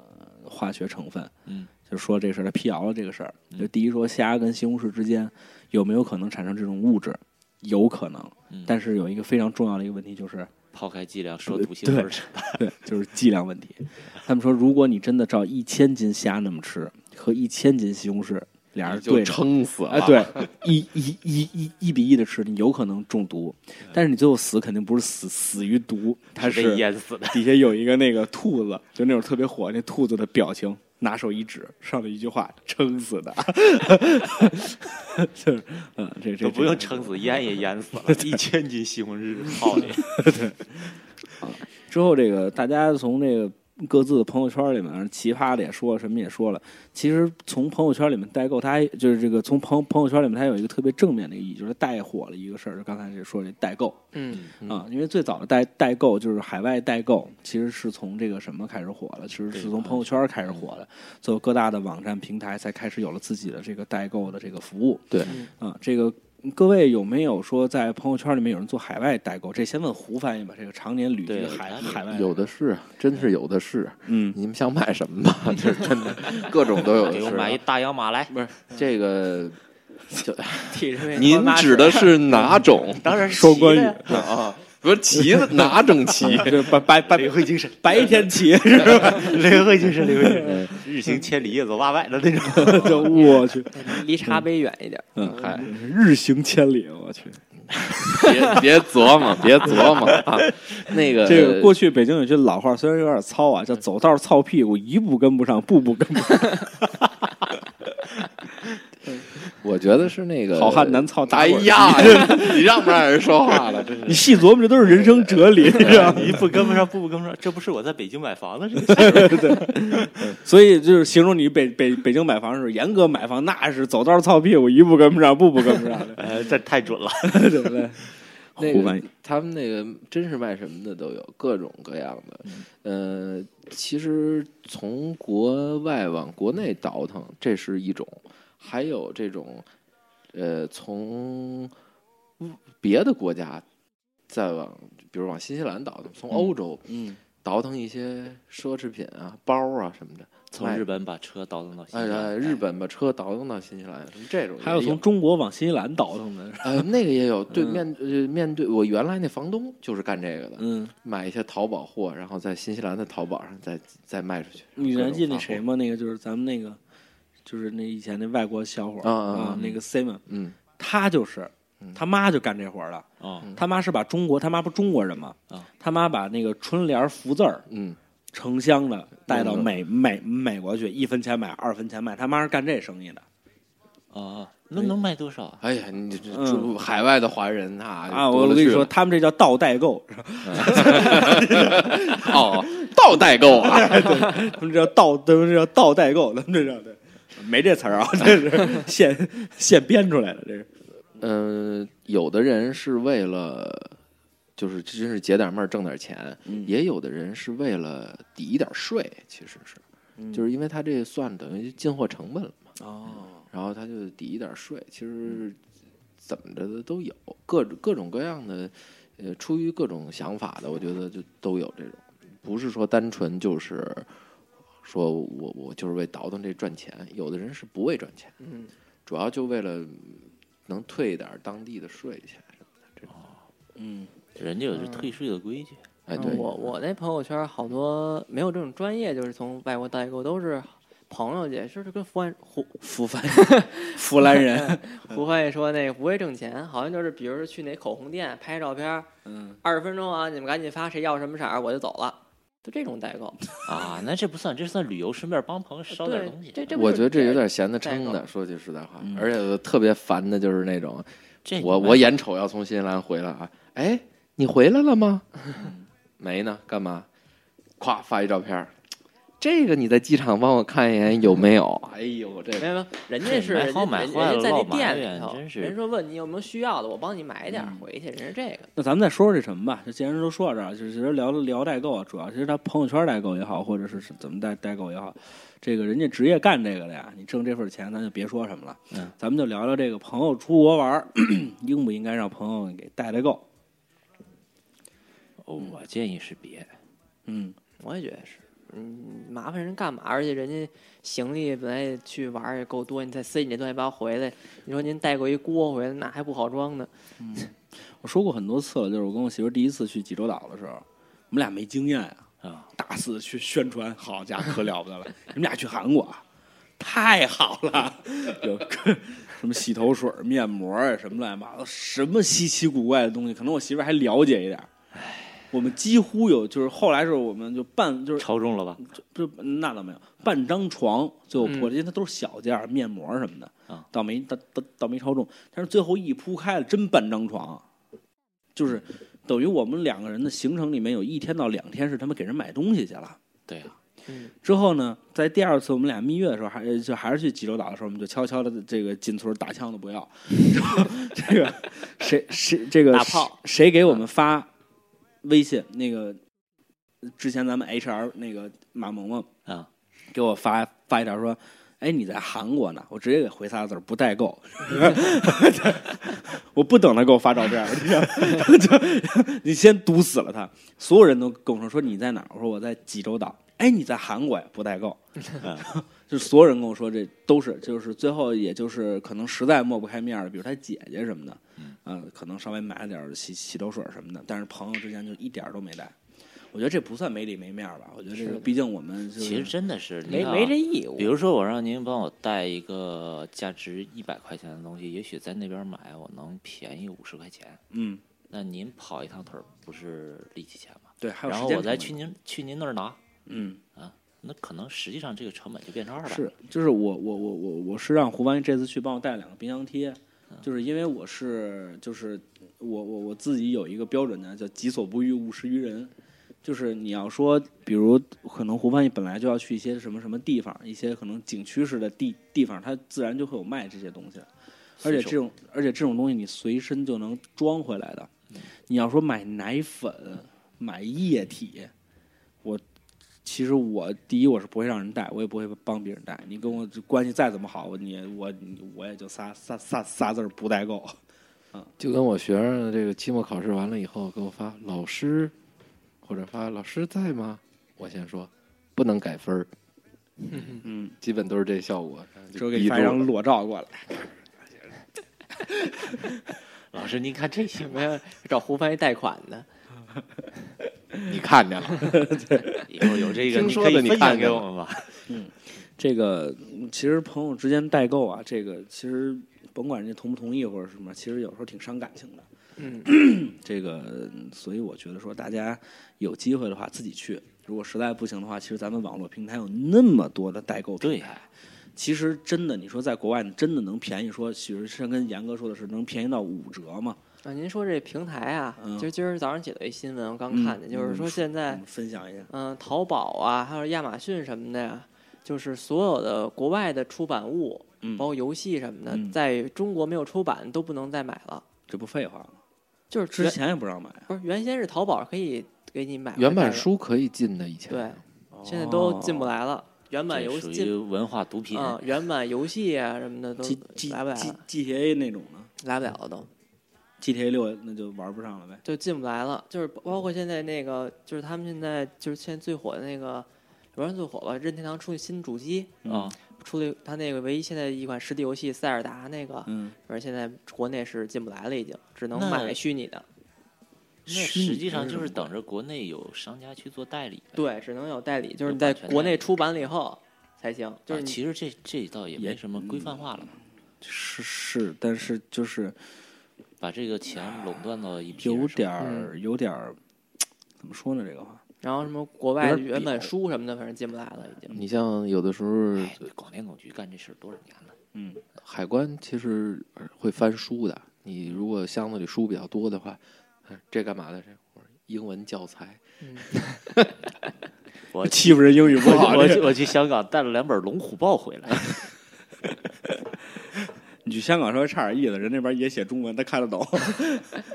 化学成分，嗯，就说这事儿，他辟谣了这个事儿。嗯就第一说虾跟西红柿之间有没有可能产生这种物质，有可能，嗯但是有一个非常重要的一个问题就是抛开剂量说呃对毒性不是对，就是剂量问题。他们说，如果你真的照一千斤虾那么吃，和一千斤西红柿，俩人就对着撑死了。哎，，对，一一一一一比一的吃，你有可能中毒，但是你最后死肯定不是死死于毒，它被是淹死的。 *laughs* 底下有一个那个兔子，就那种特别火那兔子的表情，拿手一指，上面一句话，撑死的， *laughs* 就是嗯，这这都不用这个撑死，淹也淹死了，一千斤西红柿，好嘞，之后这个大家从这个各自的朋友圈里面，奇葩的也说，什么也说了。其实从朋友圈里面代购，它还就是这个从朋朋友圈里面，它有一个特别正面的意义，就是带火了一个事儿。就刚才这说这代购，嗯啊，因为最早的代代购就是海外代购，其实是从这个什么开始火的，其实是从朋友圈开始火的，最后各大的网站平台才开始有了自己的这个代购的这个服务。对啊，这个各位有没有说在朋友圈里面有人做海外代购？这先问胡翻译吧，这个常年旅居对海他海外有的是啊，真是有的是。嗯，你们想买什么吧？这是真的，各种都有的 *laughs* 给是我啊。买一大洋马来，不是这个， *laughs* 替人为您多拉指的是哪种当然是双关齐语的呀，啊？ *laughs* 不是旗子哪种旗？对，白白白领会精神，白天骑是吧？领会精神，领会精 *laughs* 神，日行千里，夜走八百的那种。就我去，离茶杯远一点儿。 *laughs* 嗯，嗨，日行千里，我去。别别琢磨，别琢磨啊！那个这个过去北京有句老话，虽然有点糙啊，叫“走道糙屁股，一步跟不上，步步跟不上我觉得是那”。个好汉难操大哎棍儿，呀，你让不让人说话了？真你是细琢磨，这都是人生哲理，你知 *laughs* 道吗？一步跟不上，步步跟不上，这不是我在北京买房的这个，*laughs* *laughs* 所以就是形容你北北北京买房的时候，严格买房那是走道糙屁股，一步跟不上，步步跟不上的哎呃，这太准了。 *laughs* 对不对？*laughs* 那胡翻个译，他们那个真是卖什么的都有，各种各样的。嗯呃，其实从国外往国内倒腾，这是一种；还有这种，呃，从别的国家再往，比如往新西兰倒腾，从欧洲嗯，倒腾一些奢侈品啊、包啊什么的，从卖日本把车倒腾到新哎疆哎，日本把车倒腾到新西兰，什么这种也还有从中国往新西兰倒腾的，呃那个也有对嗯面呃面对我原来那房东就是干这个的，嗯，买一些淘宝货，然后在新西兰的淘宝上再再卖出去。你还记得那各种发谁货？吗？那个就是咱们那个，就是那以前那外国小伙儿啊啊啊啊，那个 Simon，嗯，他就是嗯他妈就干这活儿了。啊，他妈是把中国，他妈不中国人嘛啊，他妈把那个春联儿福字儿嗯，成箱的带到嗯美美美国去，一分钱买，二分钱卖，他妈是干这生意的啊，那能卖多少啊？哎呀，你这嗯这海外的华人啊，啊！多我了跟你去说，了，他们这叫倒代购，哦，倒代购啊， *laughs* 他们这叫倒，他们这叫倒代购，他们这叫对，没这词儿啊，这是 *laughs* 现现编出来的，这是 *laughs* 嗯，有的人是为了，就是真是节点妹儿挣点钱，嗯也有的人是为了抵点税，其实是，嗯就是因为他这算等于进货成本了嘛，哦，然后他就抵一点税。其实怎么着的都有，各各种各样的，呃，出于各种想法的，我觉得就都有这种，不是说单纯就是说我我就是为倒腾这赚钱，有的人是不为赚钱，嗯，主要就为了能退一点当地的税钱什么的这种，嗯，人家有是退税的规矩，哎，嗯对，我我那朋友圈好多没有这种专业，就是从外国代购，都是朋友也就是跟胡安胡福翻福兰人，胡欢也说那个不会挣钱，好像就是比如说去哪口红店拍照片，嗯，二十分钟啊，你们赶紧发谁要什么色儿我就走了，就这种代购。啊，那这不算，这算旅游，顺便帮朋友捎点对东西。这这不我就觉得这是有点闲的撑代的，说句实在话，嗯而且我特别烦的就是那种，这我你我们眼瞅要从新西兰回来啊，哎，你回来了吗？嗯没呢，干嘛？咵发一照片儿，这个你在机场帮我看一眼有没有？ *laughs* 哎呦，这没有没有，人家是买人好家买人坏人家了在那落埋店怨里头，真是人说问你有没有需要的，我帮你买点儿嗯回去，人是这个。那咱们再说说这什么吧，就既然都说到这儿，就是其实聊聊代购啊，主要其实他朋友圈代购也好，或者是是怎么代代购也好，这个人家职业干这个的呀，你挣这份钱，咱就别说什么了，嗯，咱们就聊聊这个朋友出国玩儿， *clears throat* 应不应该让朋友给代代购？哦我建议是别，嗯，我也觉得是，嗯，麻烦人干嘛？而且人家行李本来也去玩儿也够多，你再塞你这东西包回来，你说您带过一锅回来，那还不好装呢。我说过很多次了，就是我跟我媳妇儿第一次去济州岛的时候，我们俩没经验啊，啊大肆去宣传，好家伙，可了不得了， *laughs* 你们俩去韩国啊，太好了，有各什么洗头水、面膜啊，什么乱七八糟，什么稀奇古怪的东西，可能我媳妇儿还了解一点儿。我们几乎有，就是后来时候我们就半就是超重了吧？就那倒没有，半张床最后破了，因为它都是小件儿面膜什么的，啊倒没倒倒倒没超重，但是最后一铺开了，真半张床，就是等于我们两个人的行程里面有一天到两天是他们给人买东西去了。对啊，之后呢，在第二次我们俩蜜月的时候，还就还是去济州岛的时候，我们就悄悄的这个进村打枪的不要，这个谁谁这个打炮谁给我们发微信？那个之前咱们 HR 那个马萌萌啊，给我发发一条说。哎，你在韩国呢？我直接给回仨字儿，不代购。 *laughs* 我不等他给我发照片儿，就 *laughs* 就你先堵死了他。所有人都跟我说说你在哪儿？我说我在济州岛。哎，你在韩国呀？不代购，嗯 *laughs* 就是所有人跟我说这都是，就是最后也就是可能实在抹不开面儿了，比如他姐姐什么的，嗯、可能稍微买了点儿洗洗头水什么的，但是朋友之间就一点儿都没带。我觉得这不算没里没面儿吧？我觉得这是个的毕竟我们就是其实真的是你没看没啊这义务比。如说，我让您帮我带一个价值一百块钱的东西，也许在那边买我能便宜五十块钱。嗯，那您跑一趟腿儿不是力气钱吗？对，还有然时后间我再成去本您去您那儿拿，嗯。那可能实际上这个成本就变成二百。是，就是我我我我我是让胡帆这次去帮我带两个冰箱贴，就是因为我是就是我我我自己有一个标准呢，叫己所不欲，勿施于人。就是你要说，比如可能胡帆本来就要去一些什么什么地方，一些可能景区式的地地方，它自然就会有卖这些东西。而且随手这种而且这种东西你随身就能装回来的。嗯你要说买奶粉、买液体，我其实我第一我是不会让人带，我也不会帮别人带。你跟我关系再怎么好，我你我你我也就仨仨仨仨字儿不代购。就跟我学生这个期末考试完了以后给我发老师，或者发老师在吗？我先说不能改分儿，嗯，基本都是这效果。之后给你发一张录，裸照过来。老师，您看这行吗？ *laughs* 没有找胡翻译贷款的，你看见了， *laughs* 以后有这个，听你说可以的你分看享给见我了们吧。这个嗯其实朋友之间代购啊，这个其实甭管人家同不同意或者什么，其实有时候挺伤感情的。嗯， *clears throat* 这个，嗯所以我觉得说，大家有机会的话自己去。如果实在不行的话，其实咱们网络平台有那么多的代购平对台，其实真的，你说在国外，你真的能便宜说，其实像跟严哥说的是，能便宜到五折吗？啊，您说这平台啊，嗯今儿今儿早上起来一新闻，我刚嗯看见，就是说现我在们分享一下，嗯，淘宝啊，还有亚马逊什么的呀，就是所有的国外的出版物，嗯包括游戏什么的，嗯在中国没有出版都不能再买了。这不废话吗？就是之原前也不让买啊，不是原先是淘宝可以给你买原回来版的，书可以进的，以前对，现在都进不哦。来了。原版游这属戏嗯于文化毒品。啊、原版游戏啊什么的都 G G 来不来 G 了。 G T A 那种呢？来不了了都， GTA 六那就玩不上了呗。就进不来了。就是包括现在那个，就是他们现在就是现在最火的那个，不是最火吧？任天堂出的新主机，啊，出的他那个唯一现在一款实体游戏《塞尔达》那个，嗯，反正现在国内是进不来了，已经只能那买虚拟的。嗯那实际上就是等着国内有商家去做代理呗。啊对，只能有代理，就是有你在版权国代内理出版了以后才行。就啊是你其实这这倒也没什么规范化了嗯嘛，是是，但是就是把这个钱垄断到一批人有手里点儿有点儿，怎么说呢？这个话，然后什么国外有的点原本屌书什么的，反正进不来了，已经。你像有的时候哎，广电总局干这事儿多少年了？嗯，海关其实会翻书的，你如果箱子里书比较多的话，呃这干嘛的？这我说英文教材，嗯，我去，欺负人英 *laughs* 语不 *laughs* 好，我这去，个我去香港带了两本《龙虎豹》回来。你去香港稍微差点意思，人那边也写中文，他看得 *laughs* 懂。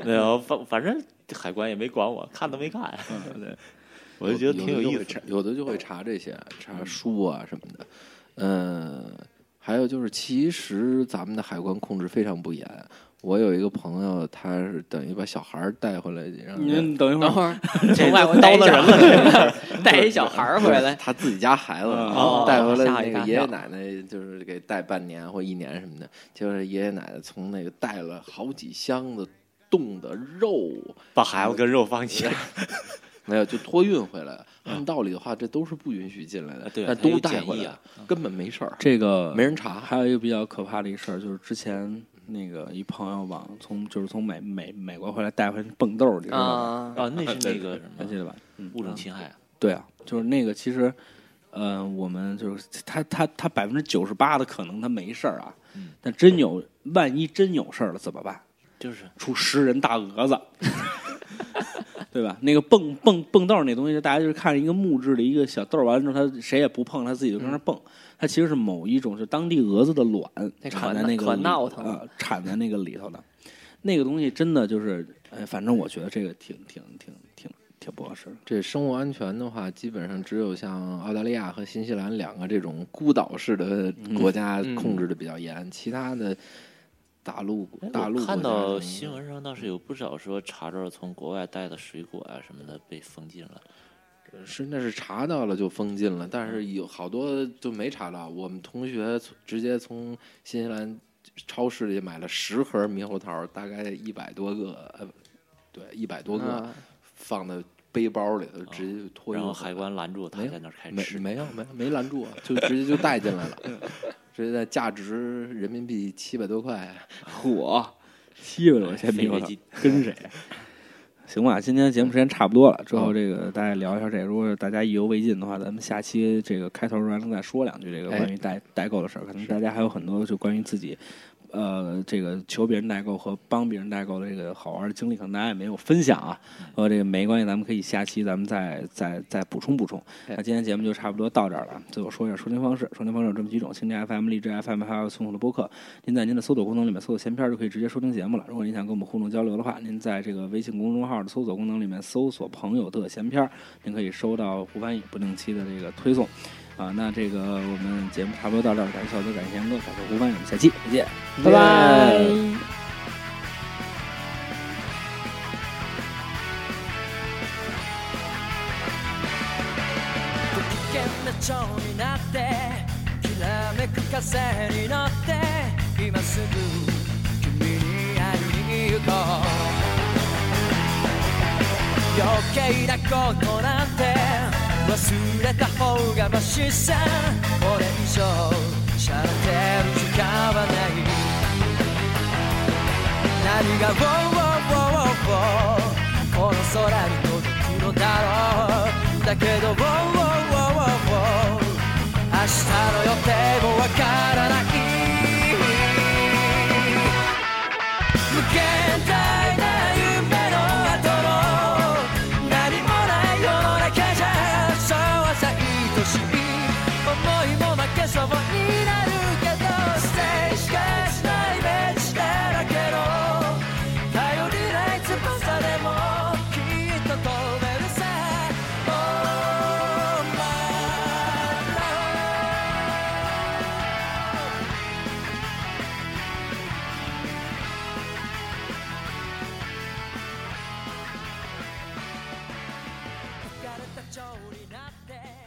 没有，反反正海关也没管我，看都没看，嗯，对， *laughs* 我就觉得挺有的有意会思查的。嗯有的就会查这些，查书啊什么的。嗯，还有就是，其实咱们的海关控制非常不严。我有一个朋友，他是等于把小孩儿带回来，让人您等一会嗯等儿， *laughs* 会儿从外国带一叨叨小人 *laughs* 了，带一小孩儿回来，他自己家孩子哦带回吓我来，一那大个爷爷跳奶奶就是给带半年或一年什么的，就是爷爷奶奶从那个带了好几箱子冻的肉，把孩子跟肉放一 *laughs* 起，没有就托运回来。嗯按道理的话，这都是不允许进来的啊，对啊但它都有带检回疫来啊了，嗯根本没事儿，这个没人查。还有一个比较可怕的一事儿，就是之前那个一朋友往从就是从美美美国回来带回来蹦豆儿，你知道吗？啊，啊，那是那个什还记么得吧？嗯，物种侵害啊，对啊，就是那个其实，呃，我们就是他他他百分之九十八的可能他没事儿啊，嗯但真有万一真有事儿了怎么办？就是出十人大蛾 *laughs* 子，对吧？那个蹦蹦蹦豆儿那东西，大家就是看一个木质的一个小豆儿，完了之后他谁也不碰，他自己就嗯跟那儿蹦。它其实是某一种，就是当地蛾子的卵那可产在闹那个可里闹腾呃，产在那个里头的。那个东西真的就是，哎，反正我觉得这个挺挺挺挺挺不合适的。这生物安全的话，基本上只有像澳大利亚和新西兰两个这种孤岛式的国家嗯控制的比较严，其他的大陆哎大陆我看国家到什么的新闻上倒是有不少说查着从国外带的水果啊什么的被封禁了，是那是查到了就封禁了，但是嗯有好多就没查到。我们同学从直接从新西兰超市里买了十盒猕猴桃，大概一百多个，呃，不对，一百多个啊放到背包里头，直接就托运回来。哦然后海关拦住他没有在那儿开没吃，没有没有没拦住啊，就直接就带进 *laughs* 来了，直接在价值人民币七百多块，嚯，七百多块钱费猕猴费桃劲，跟谁？啊 *laughs* 行吧，今天节目时间差不多了，之嗯后这个大家聊一下这个，如果大家意犹未尽的话，咱们下期这个开头还能再说两句这个哎关于代代购的事儿，可能大家还有很多就关于自己。呃，这个求别人代购和帮别人代购的这个好玩的经历，可能大家也没有分享啊。嗯和这个没关系，咱们可以下期咱们再再再补充补充。哎那今天节目就差不多到这儿了。最后说一下收听方式，收听方式有这么几种：蜻蜓 FM、荔枝 FM，还有松鼠的播客。您在您的搜索功能里面搜索“闲篇”就可以直接收听节目了。如果您想跟我们互动交流的话，您在这个微信公众号的搜索功能里面搜索“朋友的闲篇儿”，您可以收到胡翻译不定期的这个推送。啊，那这个我们节目差不多到这儿，感谢小哥，感谢严哥，感谢胡翻译，我们下期再见。拜拜。不機嫌な蝶になってきらめく風に乗って今すぐ君に会いに行こう余計なことなんて忘れた方がマシさこれ以上しゃれてる時間はない何が「ウォーウォーウォーウォー」「この空に届くのだろう」「だけどウォーウォーウォーウォーウォー」「明日の予定もわからない」「無限大な夢の後の何もない世の中じゃそうさ愛しい」「思いも負けそうになるけど」「ステージがしないベンチだらけの」「頼りない翼でもきっと飛べるさ」「Oh my love」症状になって